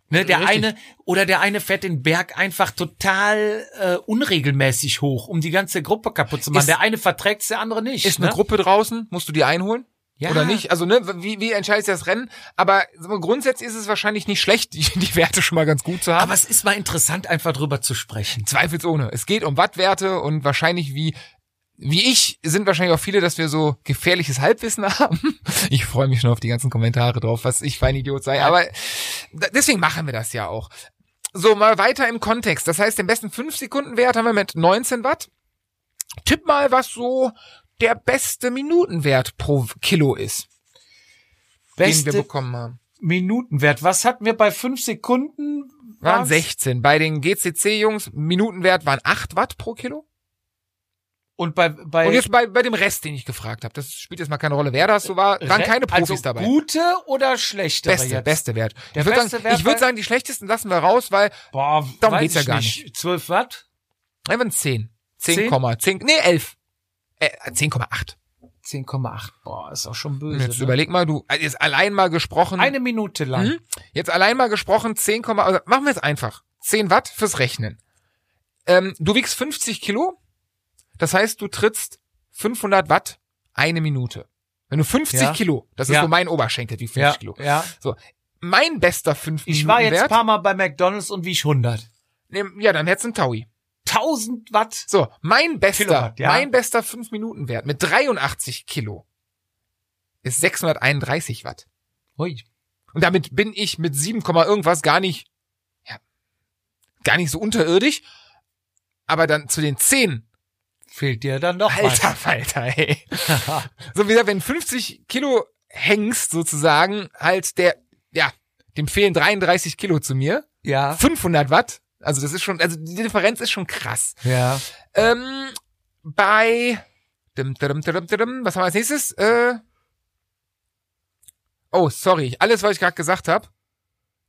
[SPEAKER 4] Ne, der
[SPEAKER 2] Richtig.
[SPEAKER 4] eine oder der eine fährt den Berg einfach total äh, unregelmäßig hoch, um die ganze Gruppe kaputt zu machen.
[SPEAKER 2] Ist-
[SPEAKER 4] der eine verträgt's, der andere nicht.
[SPEAKER 2] Ist eine
[SPEAKER 4] ne?
[SPEAKER 2] Gruppe draußen, musst du die einholen?
[SPEAKER 4] Ja.
[SPEAKER 2] Oder nicht? Also, ne, wie, wie entscheidest du das Rennen? Aber so grundsätzlich ist es wahrscheinlich nicht schlecht, die, die Werte schon mal ganz gut zu haben.
[SPEAKER 4] Aber es ist mal interessant, einfach drüber zu sprechen.
[SPEAKER 2] Zweifelsohne. Es geht um Wattwerte und wahrscheinlich wie wie ich sind wahrscheinlich auch viele, dass wir so gefährliches Halbwissen haben. Ich freue mich schon auf die ganzen Kommentare drauf, was ich für ein Idiot sei. Aber d- deswegen machen wir das ja auch. So, mal weiter im Kontext. Das heißt, den besten 5-Sekunden-Wert haben wir mit 19 Watt. Tipp mal, was so der beste Minutenwert pro Kilo ist, den wir
[SPEAKER 4] Beste
[SPEAKER 2] bekommen haben.
[SPEAKER 4] Minutenwert. Was hatten wir bei fünf Sekunden?
[SPEAKER 2] Waren
[SPEAKER 4] War's?
[SPEAKER 2] 16. Bei den GCC-Jungs, Minutenwert waren 8 Watt pro Kilo.
[SPEAKER 4] Und bei, bei
[SPEAKER 2] Und jetzt bei, bei dem Rest, den ich gefragt habe, das spielt jetzt mal keine Rolle, wer das so war, waren
[SPEAKER 4] Re-
[SPEAKER 2] keine Profis
[SPEAKER 4] also
[SPEAKER 2] dabei.
[SPEAKER 4] Gute oder schlechtere
[SPEAKER 2] Beste,
[SPEAKER 4] jetzt?
[SPEAKER 2] beste Wert.
[SPEAKER 4] Der
[SPEAKER 2] Ich würde
[SPEAKER 4] beste
[SPEAKER 2] sagen,
[SPEAKER 4] Wert
[SPEAKER 2] ich würd
[SPEAKER 4] bei-
[SPEAKER 2] sagen, die schlechtesten lassen wir raus, weil
[SPEAKER 4] Boah,
[SPEAKER 2] Darum
[SPEAKER 4] weiß
[SPEAKER 2] geht's ja
[SPEAKER 4] ich
[SPEAKER 2] gar
[SPEAKER 4] 12 Watt?
[SPEAKER 2] einfach 10.
[SPEAKER 4] Zehn?
[SPEAKER 2] 10,10, 10, nee, 11. Äh, 10,8.
[SPEAKER 4] 10,8. Boah, ist auch schon
[SPEAKER 2] Und
[SPEAKER 4] böse.
[SPEAKER 2] Jetzt
[SPEAKER 4] ne?
[SPEAKER 2] überleg mal, du, also jetzt allein mal gesprochen,
[SPEAKER 4] Eine Minute lang.
[SPEAKER 2] Mhm. jetzt allein mal gesprochen, 10, also machen wir es einfach. 10 Watt fürs Rechnen. Ähm, du wiegst 50 Kilo, das heißt, du trittst 500 Watt eine Minute. Wenn du 50
[SPEAKER 4] Ja.
[SPEAKER 2] Kilo, das ist
[SPEAKER 4] Ja.
[SPEAKER 2] so mein Oberschenkel, wie 50
[SPEAKER 4] Ja,
[SPEAKER 2] Kilo.
[SPEAKER 4] ja.
[SPEAKER 2] So, mein bester 5
[SPEAKER 4] Ich war jetzt ein
[SPEAKER 2] Wert,
[SPEAKER 4] paar Mal bei McDonalds und wie ich 100.
[SPEAKER 2] nee, ja, dann hättest du einen Taui.
[SPEAKER 4] 1000 Watt.
[SPEAKER 2] So, mein bester,
[SPEAKER 4] Kilowatt, ja.
[SPEAKER 2] mein bester 5 Minuten Wert mit 83 Kilo ist 631 Watt.
[SPEAKER 4] Hui.
[SPEAKER 2] Und damit bin ich mit 7, Komma irgendwas gar nicht ja, gar nicht so unterirdisch, aber dann zu den 10
[SPEAKER 4] Fehlt dir dann noch
[SPEAKER 2] Alter Falter, ey. so wie gesagt, wenn 50 Kilo hängst sozusagen, halt der ja, dem fehlen 33 Kilo zu mir.
[SPEAKER 4] Ja.
[SPEAKER 2] 500 Watt Also das ist schon, also die Differenz ist schon krass.
[SPEAKER 4] Ja.
[SPEAKER 2] Ähm, bei dim, dim, dim, dim, was haben wir als nächstes? Äh, oh, sorry. Alles, was ich gerade gesagt habe,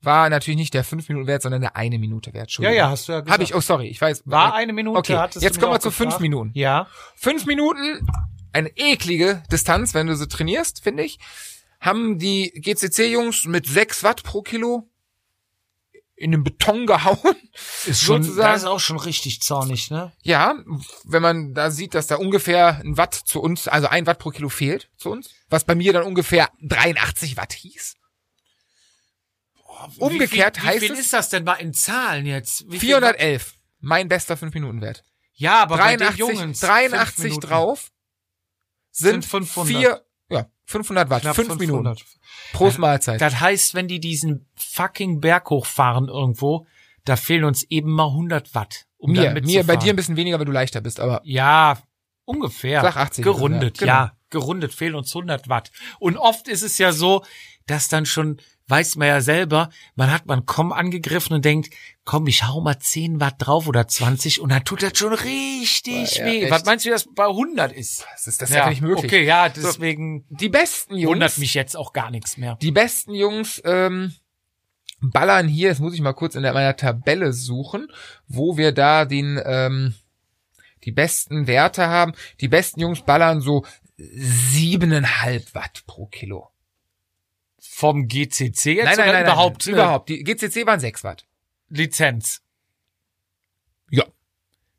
[SPEAKER 2] war natürlich nicht der 5 Minuten wert, sondern der eine Minute wert.
[SPEAKER 4] Ja,
[SPEAKER 2] Entschuldigung.
[SPEAKER 4] ja, hast du ja gesagt.
[SPEAKER 2] Habe ich, oh sorry, ich weiß.
[SPEAKER 4] War eine Minute.
[SPEAKER 2] Okay,
[SPEAKER 4] hattest
[SPEAKER 2] jetzt
[SPEAKER 4] du
[SPEAKER 2] kommen
[SPEAKER 4] mich
[SPEAKER 2] wir zu
[SPEAKER 4] auch
[SPEAKER 2] fünf
[SPEAKER 4] gefragt.
[SPEAKER 2] Minuten.
[SPEAKER 4] Ja.
[SPEAKER 2] Fünf Minuten, eine eklige Distanz, wenn du sie trainierst, finde ich, haben die GCC-Jungs mit 6 Watt pro Kilo in den Beton gehauen.
[SPEAKER 4] Ist
[SPEAKER 2] schon-
[SPEAKER 4] das ist auch schon richtig zornig, ne?
[SPEAKER 2] Ja, wenn man da sieht, dass da ungefähr ein Watt zu uns, also ein Watt pro Kilo fehlt zu uns, was bei mir dann ungefähr 83 Watt hieß. Umgekehrt
[SPEAKER 4] wie, wie,
[SPEAKER 2] heißt
[SPEAKER 4] wie viel
[SPEAKER 2] es-
[SPEAKER 4] ist das denn mal in Zahlen jetzt? Wie viel-
[SPEAKER 2] 411, mein bester 5-Minuten-Wert.
[SPEAKER 4] Ja, aber bei den
[SPEAKER 2] 83,
[SPEAKER 4] Jungen.
[SPEAKER 2] 83 drauf sind,
[SPEAKER 4] Sind 500.
[SPEAKER 2] Vier, ja, 500 Watt,
[SPEAKER 4] Knapp
[SPEAKER 2] fünf
[SPEAKER 4] 500.
[SPEAKER 2] Minuten. Prost Mahlzeit.
[SPEAKER 4] Das heißt, wenn die diesen fucking Berg hochfahren irgendwo, da fehlen uns eben mal 100 Watt. Um
[SPEAKER 2] mir,
[SPEAKER 4] dann
[SPEAKER 2] mir,
[SPEAKER 4] mitzufahren.
[SPEAKER 2] bei dir ein bisschen weniger, weil du leichter bist, aber
[SPEAKER 4] Ja, ungefähr.
[SPEAKER 2] Sag also, 80
[SPEAKER 4] Gerundet,
[SPEAKER 2] ungefähr.
[SPEAKER 4] ja. Gerundet fehlen uns 100 Watt. Und oft ist es ja so, dass dann schon, weiß man ja selber, man hat man komm angegriffen und denkt, komm, ich hau mal 10 Watt drauf oder 20 und dann tut das schon richtig
[SPEAKER 2] Ja,
[SPEAKER 4] weh.
[SPEAKER 2] echt.
[SPEAKER 4] Was meinst du, wie das bei 100 ist?
[SPEAKER 2] das ist, das ist ja, nicht möglich.
[SPEAKER 4] Okay, ja, deswegen
[SPEAKER 2] Die besten Jungs.
[SPEAKER 4] wundert mich jetzt auch gar nichts mehr.
[SPEAKER 2] Die besten Jungs ähm, ballern hier, jetzt muss ich mal kurz in der, meiner Tabelle suchen, wo wir da den ähm, die besten Werte haben. Die besten Jungs ballern so siebeneinhalb Watt pro Kilo.
[SPEAKER 4] Vom GCC jetzt oder überhaupt,
[SPEAKER 2] nein,
[SPEAKER 4] äh,
[SPEAKER 2] überhaupt. Die GCC waren sechs Watt.
[SPEAKER 4] Lizenz?
[SPEAKER 2] Ja.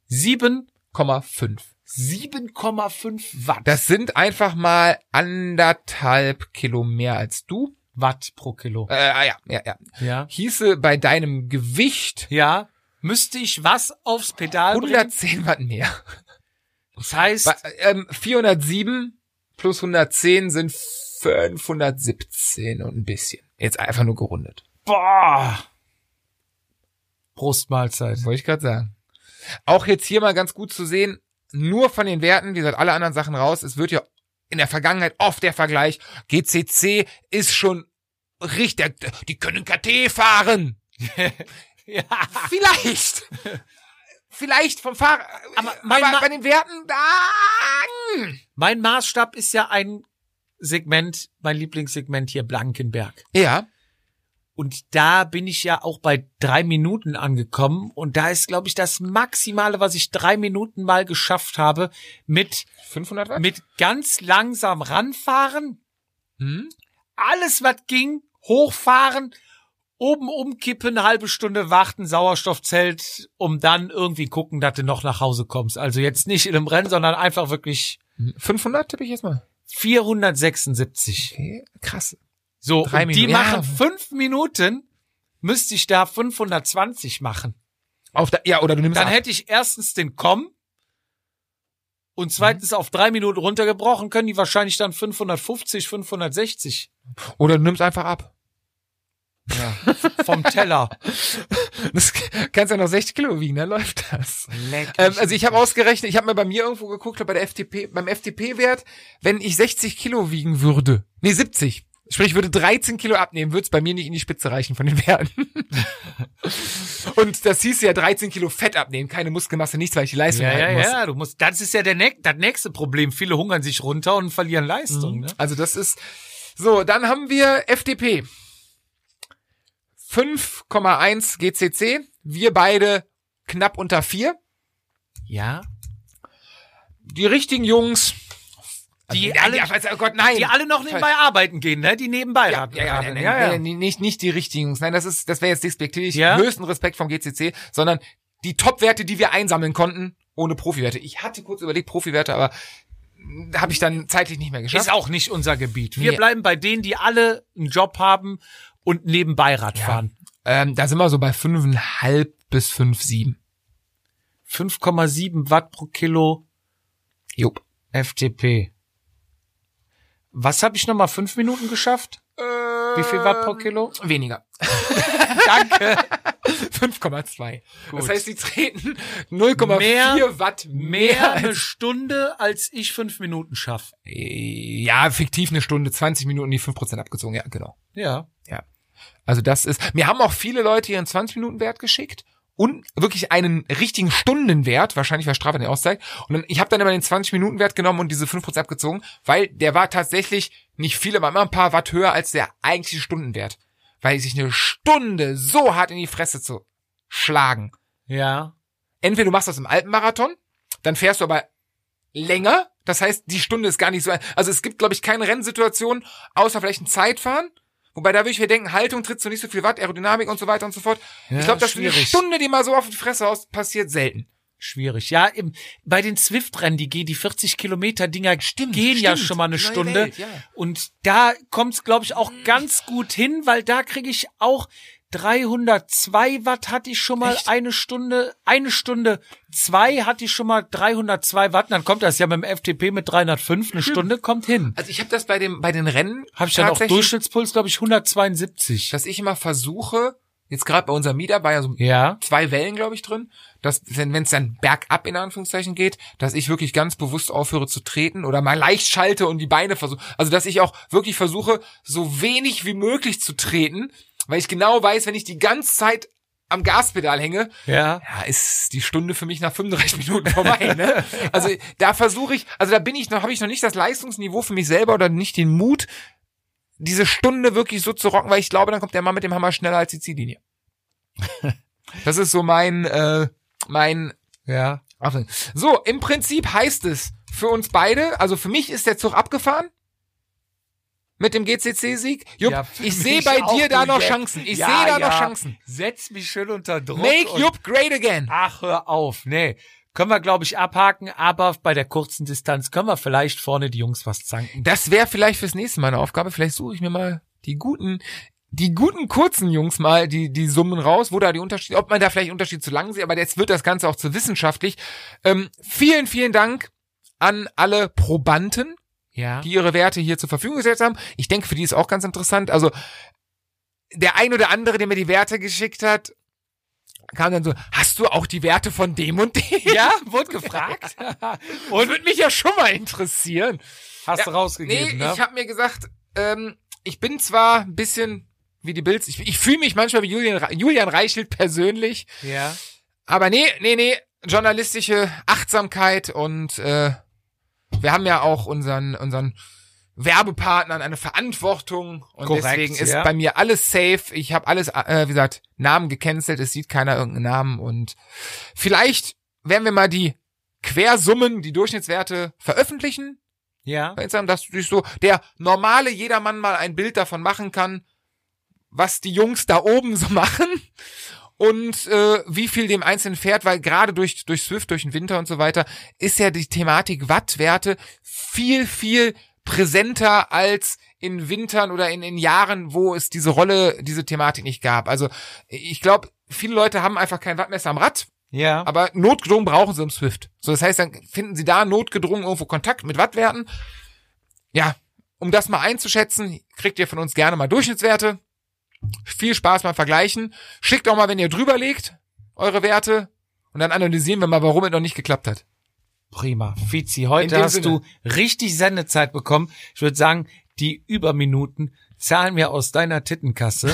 [SPEAKER 4] 7,
[SPEAKER 2] 0,5.
[SPEAKER 4] 7,5 Watt.
[SPEAKER 2] Das sind einfach mal anderthalb Kilo mehr als du.
[SPEAKER 4] Watt pro Kilo.
[SPEAKER 2] Äh, ah ja, ja, ja.
[SPEAKER 4] Ja.
[SPEAKER 2] Hieße bei deinem Gewicht
[SPEAKER 4] Ja. Müsste ich was aufs Pedal bringen?
[SPEAKER 2] 110 Watt mehr.
[SPEAKER 4] Das heißt,
[SPEAKER 2] Ba- ähm, 407 plus 110 sind 517 und ein bisschen. Jetzt einfach nur gerundet.
[SPEAKER 4] boah. Brustmahlzeit.
[SPEAKER 2] Wollte ich gerade sagen. Auch jetzt hier mal ganz gut zu sehen, nur von den Werten, wie gesagt, alle anderen Sachen raus. Es wird ja in der Vergangenheit oft der Vergleich, GCC ist schon richtig, die können KT fahren.
[SPEAKER 4] Ja.
[SPEAKER 2] Vielleicht. Vielleicht vom Fahrer.
[SPEAKER 4] Aber
[SPEAKER 2] Aber,
[SPEAKER 4] mein Ma-
[SPEAKER 2] bei den Werten, da.
[SPEAKER 4] Mein Maßstab ist ja ein Segment, mein Lieblingssegment hier, Blankenberg.
[SPEAKER 2] Ja.
[SPEAKER 4] Und da bin ich ja auch bei drei Minuten angekommen. Und da ist, glaube ich, das Maximale, was ich drei Minuten mal geschafft habe, mit
[SPEAKER 2] 500 Watt?
[SPEAKER 4] mit ganz langsam ranfahren,
[SPEAKER 2] Hm?
[SPEAKER 4] alles was ging, hochfahren, oben umkippen, eine halbe Stunde warten, Sauerstoffzelt, um dann irgendwie gucken, dass du noch nach Hause kommst. Also jetzt nicht in einem Rennen, sondern einfach wirklich
[SPEAKER 2] 500 tippe ich jetzt mal.
[SPEAKER 4] 476.
[SPEAKER 2] Okay, krass.
[SPEAKER 4] So,
[SPEAKER 2] Drei
[SPEAKER 4] und die
[SPEAKER 2] Minuten,
[SPEAKER 4] machen
[SPEAKER 2] ja.
[SPEAKER 4] fünf Minuten, müsste ich da 520 machen.
[SPEAKER 2] Auf der, ja, oder du nimmst
[SPEAKER 4] Dann
[SPEAKER 2] ab.
[SPEAKER 4] hätte ich erstens den Komm und zweitens auf drei Minuten runtergebrochen, können die wahrscheinlich dann 550, 560
[SPEAKER 2] oder du nimmst einfach ab.
[SPEAKER 4] vom Teller.
[SPEAKER 2] Das kannst ja noch 60 Kilo wiegen, dann läuft das.
[SPEAKER 4] Leck
[SPEAKER 2] Ähm,
[SPEAKER 4] mich
[SPEAKER 2] also ich habe ausgerechnet, ich habe mir bei mir irgendwo geguckt, hab bei der FTP, beim FTP-Wert, wenn ich 60 Kilo wiegen würde, nee 70, sprich würde 13 Kilo abnehmen, würde es bei mir nicht in die Spitze reichen von den Werten. Und das hieß ja 13 Kilo Fett abnehmen, keine Muskelmasse, nichts, weil ich die Leistung
[SPEAKER 4] Ja, ja,
[SPEAKER 2] halten muss.
[SPEAKER 4] ja, du musst, das ist ja der, näch- das nächste Problem. Viele hungern sich runter und verlieren Leistung, ne?
[SPEAKER 2] Also das ist so, dann haben wir FDP. 5,1 GCC, wir beide knapp unter 4.
[SPEAKER 4] Ja.
[SPEAKER 2] Die richtigen Jungs,
[SPEAKER 4] Die
[SPEAKER 2] ja,
[SPEAKER 4] alle-
[SPEAKER 2] ja, also, oh Gott, nein.
[SPEAKER 4] Die alle noch nebenbei arbeiten gehen, ne? Die nebenbei ne?
[SPEAKER 2] ja,
[SPEAKER 4] hatten.
[SPEAKER 2] ja, ja, nein, nein, nein, nicht nicht die richtigen Jungs. Nein, das ist das wäre jetzt despektierlich.
[SPEAKER 4] Ja?
[SPEAKER 2] Höchsten Respekt vom GCC, sondern die Top-Werte, die wir einsammeln konnten, ohne Profi-Werte. Ich hatte kurz überlegt Profi-Werte, aber habe ich dann zeitlich nicht mehr geschafft.
[SPEAKER 4] Ist auch nicht unser Gebiet. Wir
[SPEAKER 2] Nee.
[SPEAKER 4] bleiben bei denen, die alle einen Job haben und nebenbei Rad fahren.
[SPEAKER 2] ähm, da sind wir so bei 5,5 bis 5,7.
[SPEAKER 4] 5,7 Watt pro Kilo
[SPEAKER 2] Jupp.
[SPEAKER 4] FTP. Was habe ich nochmal? Fünf Minuten geschafft? Wie viel Watt
[SPEAKER 2] Ähm.
[SPEAKER 4] pro Kilo?
[SPEAKER 2] Weniger.
[SPEAKER 4] Danke.
[SPEAKER 2] 5,2.
[SPEAKER 4] Gut.
[SPEAKER 2] Das heißt, sie treten 0,4
[SPEAKER 4] Mehr-
[SPEAKER 2] Watt mehr.
[SPEAKER 4] Mehr eine
[SPEAKER 2] als-
[SPEAKER 4] Stunde, als ich fünf Minuten schaffe.
[SPEAKER 2] ja, fiktiv eine Stunde, 20 Minuten, die 5% abgezogen. Ja, genau.
[SPEAKER 4] Ja.
[SPEAKER 2] Ja. Also das ist, mir haben auch viele Leute ihren 20 Minuten Wert geschickt un, wirklich einen richtigen Stundenwert, wahrscheinlich war Strava den auszeigt. Und dann, ich habe dann immer den 20-Minuten-Wert genommen und diese 5% abgezogen, weil der war tatsächlich nicht viel, aber immer ein paar Watt höher als der eigentliche Stundenwert. Weil sich eine Stunde so hart in die Fresse zu schlagen.
[SPEAKER 4] Ja.
[SPEAKER 2] Entweder du machst das im Alpenmarathon, dann fährst du aber länger. Das heißt, die Stunde ist gar nicht so. Also es gibt, glaube ich, keine Rennsituation, außer vielleicht ein Zeitfahren. Wobei da würde ich mir denken, Haltung trittst du nicht so viel Watt, Aerodynamik und so weiter und so fort.
[SPEAKER 4] Ja,
[SPEAKER 2] ich glaube, dass eine
[SPEAKER 4] schwierig.
[SPEAKER 2] Stunde, die mal so auf die Fresse aus passiert, selten.
[SPEAKER 4] Schwierig. Ja, im, bei den Zwift-Rennen, die gehen, die 40 Kilometer Dinger gehen ja
[SPEAKER 2] stimmt.
[SPEAKER 4] schon mal eine
[SPEAKER 2] Die neue
[SPEAKER 4] Stunde.
[SPEAKER 2] Welt, ja.
[SPEAKER 4] Und da kommt's glaube ich, auch ganz gut hin, weil da kriege ich auch 302 Watt hatte ich schon mal eine Stunde, eine Stunde zwei hatte ich schon mal 302 Watt. Und dann kommt das ja mit dem FTP mit 305
[SPEAKER 2] Hm.
[SPEAKER 4] eine Stunde, kommt hin.
[SPEAKER 2] Also ich habe das bei dem bei den Rennen
[SPEAKER 4] Habe ich dann auch
[SPEAKER 2] tatsächlich,
[SPEAKER 4] Durchschnittspuls, glaube ich, 172.
[SPEAKER 2] dass ich immer versuche, jetzt gerade bei unserem Mieter war ja so
[SPEAKER 4] Ja.
[SPEAKER 2] zwei Wellen, glaube ich, drin, dass wenn es dann bergab in Anführungszeichen geht, dass ich wirklich ganz bewusst aufhöre zu treten oder mal leicht schalte und die Beine versuche, also dass ich auch wirklich versuche, so wenig wie möglich zu treten, weil ich genau weiß, wenn ich die ganze Zeit am Gaspedal hänge,
[SPEAKER 4] Ja.
[SPEAKER 2] ja, ist die Stunde für mich nach 35 Minuten vorbei. Ne? Also da versuche ich, also da bin ich noch, habe ich noch nicht das Leistungsniveau für mich selber oder nicht den Mut, diese Stunde wirklich so zu rocken, weil ich glaube, dann kommt der Mann mit dem Hammer schneller als die Ziellinie. Das ist so mein, äh, mein.
[SPEAKER 4] Ja.
[SPEAKER 2] Affe. So, im Prinzip heißt es für uns beide, also für mich ist der Zug abgefahren mit dem GCC-Sieg. Jupp,
[SPEAKER 4] Ja, für
[SPEAKER 2] ich sehe
[SPEAKER 4] mich
[SPEAKER 2] bei
[SPEAKER 4] auch,
[SPEAKER 2] dir da
[SPEAKER 4] du
[SPEAKER 2] noch
[SPEAKER 4] Jack.
[SPEAKER 2] Chancen. Ich
[SPEAKER 4] Ja,
[SPEAKER 2] sehe da
[SPEAKER 4] ja.
[SPEAKER 2] noch Chancen.
[SPEAKER 4] Setz mich schön unter Druck.
[SPEAKER 2] Make
[SPEAKER 4] und-
[SPEAKER 2] Jupp great again.
[SPEAKER 4] Ach, hör auf. Nee. Können wir, glaube ich, abhaken, aber bei der kurzen Distanz können wir vielleicht vorne die Jungs was zanken.
[SPEAKER 2] Das wäre vielleicht fürs nächste Mal eine Aufgabe. Vielleicht suche ich mir mal die guten, die guten kurzen Jungs mal die, die Summen raus, wo da die Unterschiede, ob man da vielleicht Unterschied zu lang sieht, aber jetzt wird das Ganze auch zu wissenschaftlich. Ähm, vielen, vielen Dank an alle Probanden,
[SPEAKER 4] Ja.
[SPEAKER 2] die ihre Werte hier zur Verfügung gesetzt haben. Ich denke, für die ist auch ganz interessant. Also der ein oder andere, der mir die Werte geschickt hat, kam dann so, hast du auch die Werte von dem und dem?
[SPEAKER 4] Ja, wurde gefragt.
[SPEAKER 2] Und würde mich ja schon mal interessieren.
[SPEAKER 4] Hast
[SPEAKER 2] Ja,
[SPEAKER 4] du rausgegeben,
[SPEAKER 2] nee,
[SPEAKER 4] ne?
[SPEAKER 2] ich habe mir gesagt, ähm, ich bin zwar ein bisschen wie die Bills, ich, ich fühle mich manchmal wie Julian, Re- Julian Reichelt persönlich,
[SPEAKER 4] ja.
[SPEAKER 2] aber nee, nee, nee, journalistische Achtsamkeit und äh, wir haben ja auch unseren, unseren Werbepartnern eine Verantwortung und
[SPEAKER 4] Korrekt,
[SPEAKER 2] deswegen ist
[SPEAKER 4] ja.
[SPEAKER 2] bei mir alles safe. Ich habe alles, äh, wie gesagt, Namen gecancelt, es sieht keiner irgendeinen Namen und vielleicht werden wir mal die Quersummen, die Durchschnittswerte veröffentlichen
[SPEAKER 4] Ja.
[SPEAKER 2] bei Instagram, dass sich so der normale jedermann mal ein Bild davon machen kann, was die Jungs da oben so machen und äh, wie viel dem Einzelnen fährt, weil gerade durch, durch Swift, durch den Winter und so weiter, ist ja die Thematik Wattwerte viel, viel präsenter als in Wintern oder in, in Jahren, wo es diese Rolle, diese Thematik nicht gab. Also ich glaube, viele Leute haben einfach kein Wattmesser am Rad,
[SPEAKER 4] Ja.
[SPEAKER 2] aber notgedrungen brauchen sie im Swift. So, das heißt, dann finden sie da notgedrungen irgendwo Kontakt mit Wattwerten. Ja, um das mal einzuschätzen, kriegt ihr von uns gerne mal Durchschnittswerte. Viel Spaß beim Vergleichen. Schickt auch mal, wenn ihr drüber legt, eure Werte. Und dann analysieren wir mal, warum es noch nicht geklappt hat.
[SPEAKER 4] Prima. Fizi,
[SPEAKER 2] In
[SPEAKER 4] heute
[SPEAKER 2] dem
[SPEAKER 4] hast
[SPEAKER 2] Sinne.
[SPEAKER 4] du richtig Sendezeit bekommen. Ich würde sagen, die Überminuten zahlen wir aus deiner Tittenkasse.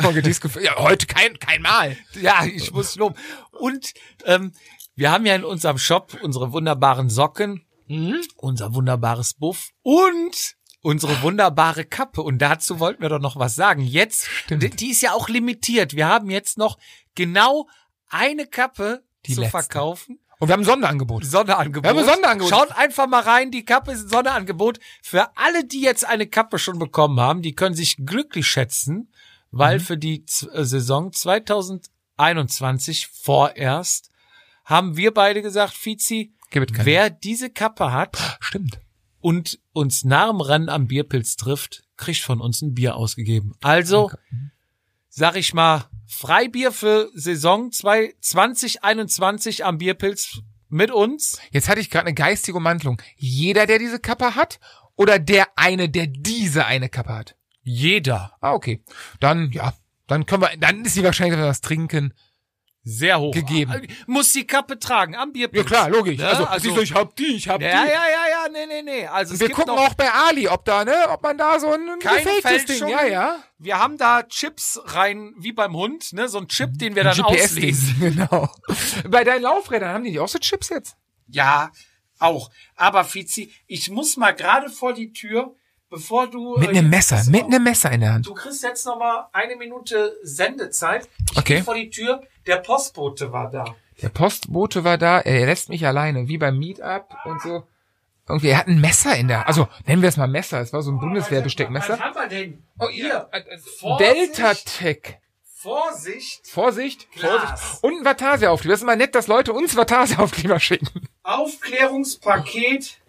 [SPEAKER 2] Folge dies gef- ja, heute kein, kein Mal.
[SPEAKER 4] Ja, ich muss loben. Und ähm, wir haben ja in unserem Shop unsere wunderbaren Socken,
[SPEAKER 2] Mhm.
[SPEAKER 4] unser wunderbares Buff und unsere wunderbare Kappe. Und dazu wollten wir doch noch was sagen. Jetzt, die, die ist ja auch limitiert. Wir haben jetzt noch genau eine Kappe
[SPEAKER 2] Die
[SPEAKER 4] zu
[SPEAKER 2] letzte.
[SPEAKER 4] verkaufen.
[SPEAKER 2] Und wir haben ein Sonderangebot.
[SPEAKER 4] Sonderangebot.
[SPEAKER 2] Wir haben ein Sonderangebot.
[SPEAKER 4] Schaut einfach mal rein, die Kappe ist ein Sonderangebot. Für alle, die jetzt eine Kappe schon bekommen haben, die können sich glücklich schätzen, weil
[SPEAKER 2] Mhm.
[SPEAKER 4] für die Z äh, Saison 2021 vorerst haben wir beide gesagt, Fizi,
[SPEAKER 2] Gib it keine.
[SPEAKER 4] wer diese Kappe hat
[SPEAKER 2] Stimmt.
[SPEAKER 4] und uns nach dem Rennen am Bierpilz trifft, kriegt von uns ein Bier ausgegeben. Also,
[SPEAKER 2] Mhm.
[SPEAKER 4] sag ich mal, Freibier für Saison 2 2021 am Bierpilz mit uns.
[SPEAKER 2] Jetzt hatte ich gerade eine geistige Umwandlung. Jeder, der diese Kappe hat oder der eine, der diese eine Kappe hat?
[SPEAKER 4] Jeder.
[SPEAKER 2] Ah, okay. Dann, ja, dann können wir, dann ist die Wahrscheinlichkeit, dass wir das trinken.
[SPEAKER 4] Sehr hoch. Ah,
[SPEAKER 2] Gegeben.
[SPEAKER 4] Muss die Kappe tragen am Bierpilz.
[SPEAKER 2] Ja klar, logisch.
[SPEAKER 4] Ne?
[SPEAKER 2] also,
[SPEAKER 4] Also-
[SPEAKER 2] siehst du, ich hab die, ich hab
[SPEAKER 4] Ja,
[SPEAKER 2] die.
[SPEAKER 4] ja, ja, ja, nee, nee, nee. Also es
[SPEAKER 2] Wir
[SPEAKER 4] gibt
[SPEAKER 2] gucken
[SPEAKER 4] noch
[SPEAKER 2] auch bei Ali, ob da, ne, ob man da so ein
[SPEAKER 4] Keine
[SPEAKER 2] gefaktes
[SPEAKER 4] Fälschung.
[SPEAKER 2] Ding, ja, ja.
[SPEAKER 4] Wir haben da Chips rein, wie beim Hund, ne? So ein Chip, den wir dann
[SPEAKER 2] GPS-Ding,
[SPEAKER 4] auslesen.
[SPEAKER 2] genau. Bei deinen Laufrädern haben die nicht auch so Chips jetzt?
[SPEAKER 4] Ja, auch. Aber Fizi, ich muss mal gerade vor die Tür, bevor du.
[SPEAKER 2] Mit
[SPEAKER 4] äh,
[SPEAKER 2] einem Messer,
[SPEAKER 4] pass
[SPEAKER 2] mit
[SPEAKER 4] auf.
[SPEAKER 2] einem Messer in der Hand.
[SPEAKER 4] Du kriegst jetzt noch mal eine Minute Sendezeit. Ich
[SPEAKER 2] Okay.
[SPEAKER 4] geh vor die Tür. Der Postbote war da.
[SPEAKER 2] Der Postbote war da, er lässt mich alleine, wie beim Meetup und so. Irgendwie, er hat ein Messer in der, also nennen wir es mal Messer, es war so ein
[SPEAKER 4] Was
[SPEAKER 2] Bundeswehrbesteckmesser.
[SPEAKER 4] haben wir denn?
[SPEAKER 2] Oh, äh, hier,
[SPEAKER 4] Vorsicht,
[SPEAKER 2] Delta-Tech.
[SPEAKER 4] Vorsicht
[SPEAKER 2] Vorsicht,
[SPEAKER 4] Glas.
[SPEAKER 2] Vorsicht. Und ein Vatasia-Aufkleber. Das ist mal nett, dass Leute uns Vatasia-Aufkleber schicken.
[SPEAKER 1] Aufklärungspaket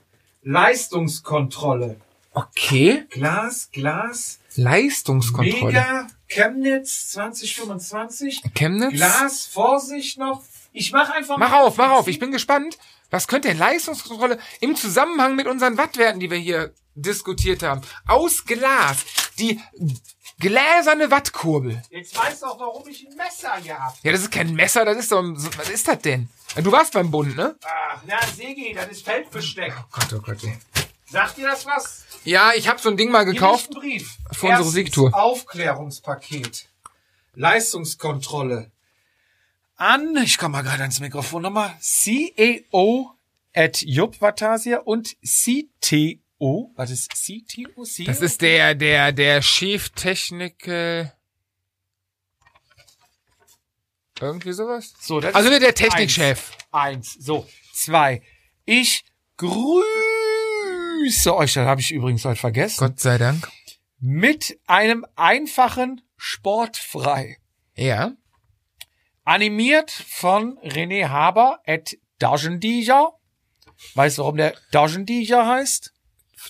[SPEAKER 1] Leistungskontrolle.
[SPEAKER 4] Okay.
[SPEAKER 1] Glas, Glas,
[SPEAKER 2] Leistungskontrolle.
[SPEAKER 1] Mega, Chemnitz 2025.
[SPEAKER 2] Chemnitz?
[SPEAKER 1] Glas, Vorsicht noch. Ich mach einfach
[SPEAKER 2] Mach auf, mach auf. Ich bin gespannt. Was könnte denn Leistungskontrolle im Zusammenhang mit unseren Wattwerten, die wir hier diskutiert haben? Aus Glas. Die gläserne Wattkurbel.
[SPEAKER 1] Jetzt weiß auch, warum ich ein Messer gehabt.
[SPEAKER 2] Ja, das ist kein Messer, das ist so ein, so- was ist das denn? Du warst beim Bund, ne?
[SPEAKER 1] Ach, na, Segi, das ist Feldbesteck.
[SPEAKER 2] Oh Gott, oh Gott. ey.
[SPEAKER 1] Sagt dir das was?
[SPEAKER 2] Ja, ich habe so ein Ding mal
[SPEAKER 1] Gib mich
[SPEAKER 2] gekauft.
[SPEAKER 1] einen Brief.
[SPEAKER 2] Für unsere
[SPEAKER 1] Erstens,
[SPEAKER 2] Siegtour.
[SPEAKER 1] Aufklärungspaket. Leistungskontrolle.
[SPEAKER 4] An, ich komme mal gerade ans Mikrofon nochmal. CEO at Jupp Vatasia und CTO. Was ist CTO? CEO?
[SPEAKER 2] Das ist der, der, der Cheftechniker. Irgendwie sowas?
[SPEAKER 4] so, das
[SPEAKER 2] Also
[SPEAKER 4] ist
[SPEAKER 2] der Technikchef.
[SPEAKER 4] Eins, eins. so, zwei. Ich grüße euch, das habe ich übrigens heute vergessen.
[SPEAKER 2] Gott sei Dank.
[SPEAKER 4] Mit einem einfachen Sportfrei.
[SPEAKER 2] Ja.
[SPEAKER 4] Animiert von René Haber at Dagendija. Weißt du, warum der Dagendija heißt?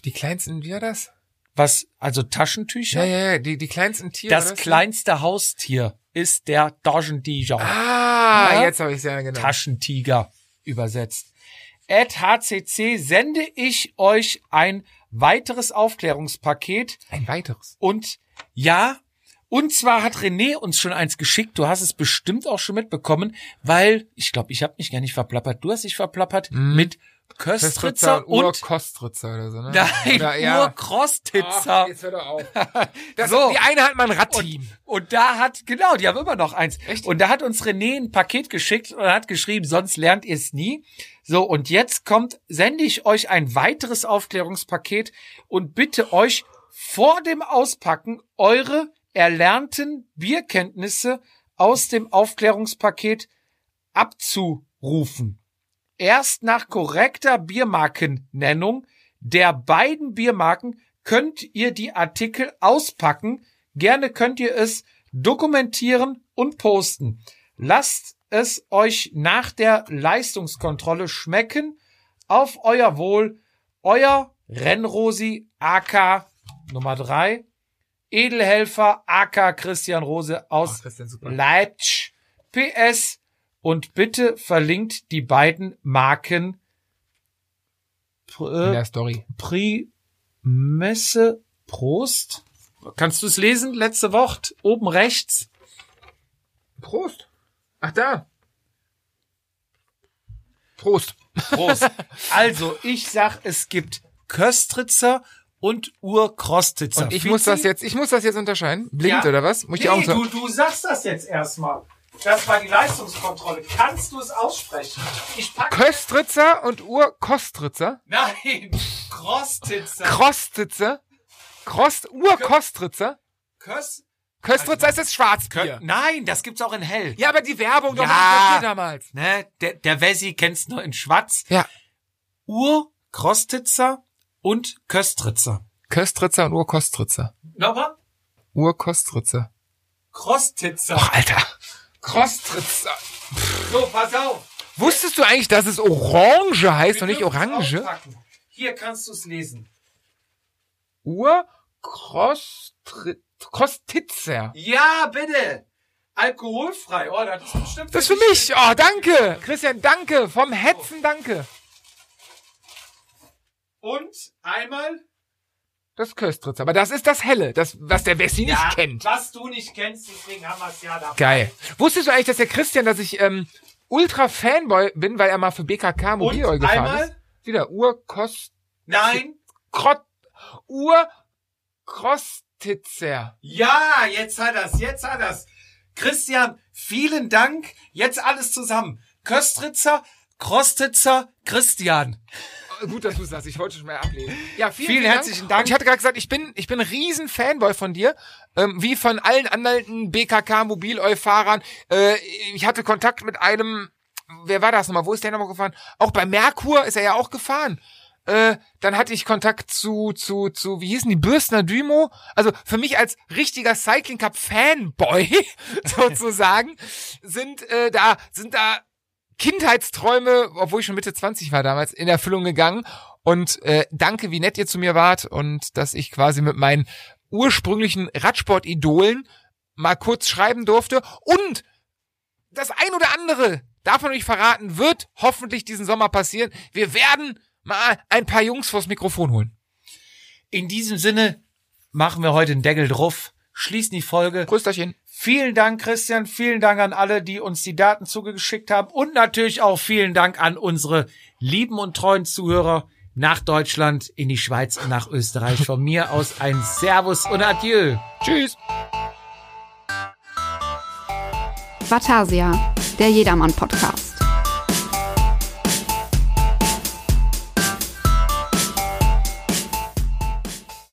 [SPEAKER 2] Die kleinsten, wie war das?
[SPEAKER 4] Was, also Taschentücher?
[SPEAKER 2] Ja, ja, ja, die, die kleinsten Tiere.
[SPEAKER 4] Das
[SPEAKER 2] oder was?
[SPEAKER 4] kleinste Haustier ist der Dagendija.
[SPEAKER 2] Ah,
[SPEAKER 4] Ja.
[SPEAKER 2] jetzt habe ich es ja genau.
[SPEAKER 4] Taschentiger übersetzt. At HCC sende ich euch ein weiteres Aufklärungspaket
[SPEAKER 2] Ein weiteres.
[SPEAKER 4] und ja, und zwar hat René uns schon eins geschickt. Du hast es bestimmt auch schon mitbekommen, weil ich glaube, ich habe mich gar nicht verplappert. Du hast dich verplappert
[SPEAKER 2] Hm.
[SPEAKER 4] mit Köstritzer und
[SPEAKER 2] Urkostritzer oder so, ne?
[SPEAKER 4] nein,
[SPEAKER 2] oder,
[SPEAKER 4] nur
[SPEAKER 2] ja.
[SPEAKER 4] Krostitzer.
[SPEAKER 2] Ach, jetzt hör doch auf. Das,
[SPEAKER 4] So.
[SPEAKER 2] Die eine hat mal ein Radteam.
[SPEAKER 4] Und, und da hat, genau, die haben immer noch eins.
[SPEAKER 2] Echt?
[SPEAKER 4] Und da hat uns René ein Paket geschickt und hat geschrieben, sonst lernt ihr es nie. So, und jetzt kommt, sende ich euch ein weiteres Aufklärungspaket und bitte euch vor dem Auspacken eure erlernten Bierkenntnisse aus dem Aufklärungspaket abzurufen. Erst nach korrekter Biermarkennennung der beiden Biermarken könnt ihr die Artikel auspacken. Gerne könnt ihr es dokumentieren und posten. Lasst es euch nach der Leistungskontrolle schmecken. Auf euer Wohl, euer Rennrosi AK Nummer drei, Edelhelfer AK Christian Rose aus
[SPEAKER 2] Ach, Christian, super.
[SPEAKER 4] Leipzig. PS und bitte verlinkt die beiden Marken
[SPEAKER 2] In
[SPEAKER 4] Pr- äh,
[SPEAKER 2] der Story.
[SPEAKER 4] Primesse Prost. Kannst du es lesen? Letzte Wort oben rechts.
[SPEAKER 2] Prost. Ach, da. Prost.
[SPEAKER 4] Prost. also, ich sag, es gibt Köstritzer und Urkrostitzer.
[SPEAKER 2] Und ich muss das jetzt, ich muss das jetzt unterscheiden. Blind
[SPEAKER 1] Ja.
[SPEAKER 2] oder was? Muss ich die Augen
[SPEAKER 1] Nee,
[SPEAKER 2] zu?
[SPEAKER 1] du, du sagst das jetzt erstmal. Das war die Leistungskontrolle. Kannst du es aussprechen? Ich packe.
[SPEAKER 2] Köstritzer und Urkostritzer.
[SPEAKER 1] Nein, Krostitzer.
[SPEAKER 2] Krostitzer. Krost, Urkostritzer.
[SPEAKER 1] Kös
[SPEAKER 2] Köstritzer ist das
[SPEAKER 4] Kö-
[SPEAKER 2] Schwarzbier.
[SPEAKER 4] Nein, das gibt's auch in hell.
[SPEAKER 2] Ja, aber die Werbung doch
[SPEAKER 4] Ja.
[SPEAKER 2] ja. damals.
[SPEAKER 4] Ne? Der, der Wessi kennt's nur in schwarz.
[SPEAKER 2] Ja.
[SPEAKER 4] Urkrostitzer und Köstritzer.
[SPEAKER 2] Köstritzer und Urkostritzer.
[SPEAKER 1] Nochmal?
[SPEAKER 2] Urkostritzer.
[SPEAKER 1] Krostitzer.
[SPEAKER 2] Och, Alter. Krostritzer.
[SPEAKER 1] So, pass auf.
[SPEAKER 2] Wusstest du eigentlich, dass es Orange heißt
[SPEAKER 1] Wir
[SPEAKER 2] und nicht
[SPEAKER 1] dürfen es
[SPEAKER 2] Orange?
[SPEAKER 1] auspacken. Hier kannst du es lesen.
[SPEAKER 2] Urkostritzer.
[SPEAKER 1] Ja, bitte. Alkoholfrei. Oh, das ist bestimmt.
[SPEAKER 2] Das ist für mich. Oh, danke. Christian, danke. Vom Hetzen, danke.
[SPEAKER 1] Und einmal.
[SPEAKER 2] Das Köstritzer. Aber das ist das Helle, das, was der Wessi
[SPEAKER 1] Ja,
[SPEAKER 2] nicht kennt.
[SPEAKER 1] Was du nicht kennst, deswegen haben wir es ja da.
[SPEAKER 2] Geil. Wusstest du eigentlich, dass der Christian, dass ich ähm, Ultra-Fanboy bin, weil er mal für BKK Mobil
[SPEAKER 1] Und
[SPEAKER 2] gefahren
[SPEAKER 1] einmal?
[SPEAKER 2] ist? Wieder Urkost...
[SPEAKER 1] Nein,
[SPEAKER 2] Krott... Urkost... Titzer.
[SPEAKER 1] Ja, jetzt hat er's, jetzt hat er's. Christian, vielen Dank. Jetzt alles zusammen. Köstritzer, Krostitzer, Christian.
[SPEAKER 2] Äh, Gut, dass du sagst. Ich wollte schon mal ablehnen. Ja, vielen,
[SPEAKER 4] Vielen
[SPEAKER 2] vielen
[SPEAKER 4] herzlichen Dank.
[SPEAKER 2] Und ich hatte gerade gesagt, ich bin, ich bin ein riesen Fanboy von dir, ähm, wie von allen anderen BKK-Mobil-Fahrern. Äh, ich hatte Kontakt mit einem, wer war das nochmal? Wo ist der nochmal gefahren? Auch bei Merkur ist er ja auch gefahren. Äh, dann hatte ich Kontakt zu, zu, zu, wie hießen die, Bürstner Dymo. Also für mich als richtiger Cycling Cup Fanboy sozusagen sind äh, da, sind da Kindheitsträume, obwohl ich schon Mitte 20 war damals, in Erfüllung gegangen. Und äh, danke, wie nett ihr zu mir wart und dass ich quasi mit meinen ursprünglichen Radsport-Idolen mal kurz schreiben durfte. Und das ein oder andere, davon euch verraten, wird hoffentlich diesen Sommer passieren. Wir werden mal ein paar Jungs vors Mikrofon holen.
[SPEAKER 4] In diesem Sinne machen wir heute den Deckel drauf, schließen die Folge.
[SPEAKER 2] Grüßterchen.
[SPEAKER 4] Vielen Dank, Christian. Vielen Dank an alle, die uns die Daten zugeschickt haben. Und natürlich auch vielen Dank an unsere lieben und treuen Zuhörer nach Deutschland, in die Schweiz und nach Österreich. Von mir aus ein Servus und Adieu.
[SPEAKER 2] Tschüss.
[SPEAKER 3] Batasia, der Jedermann-Podcast.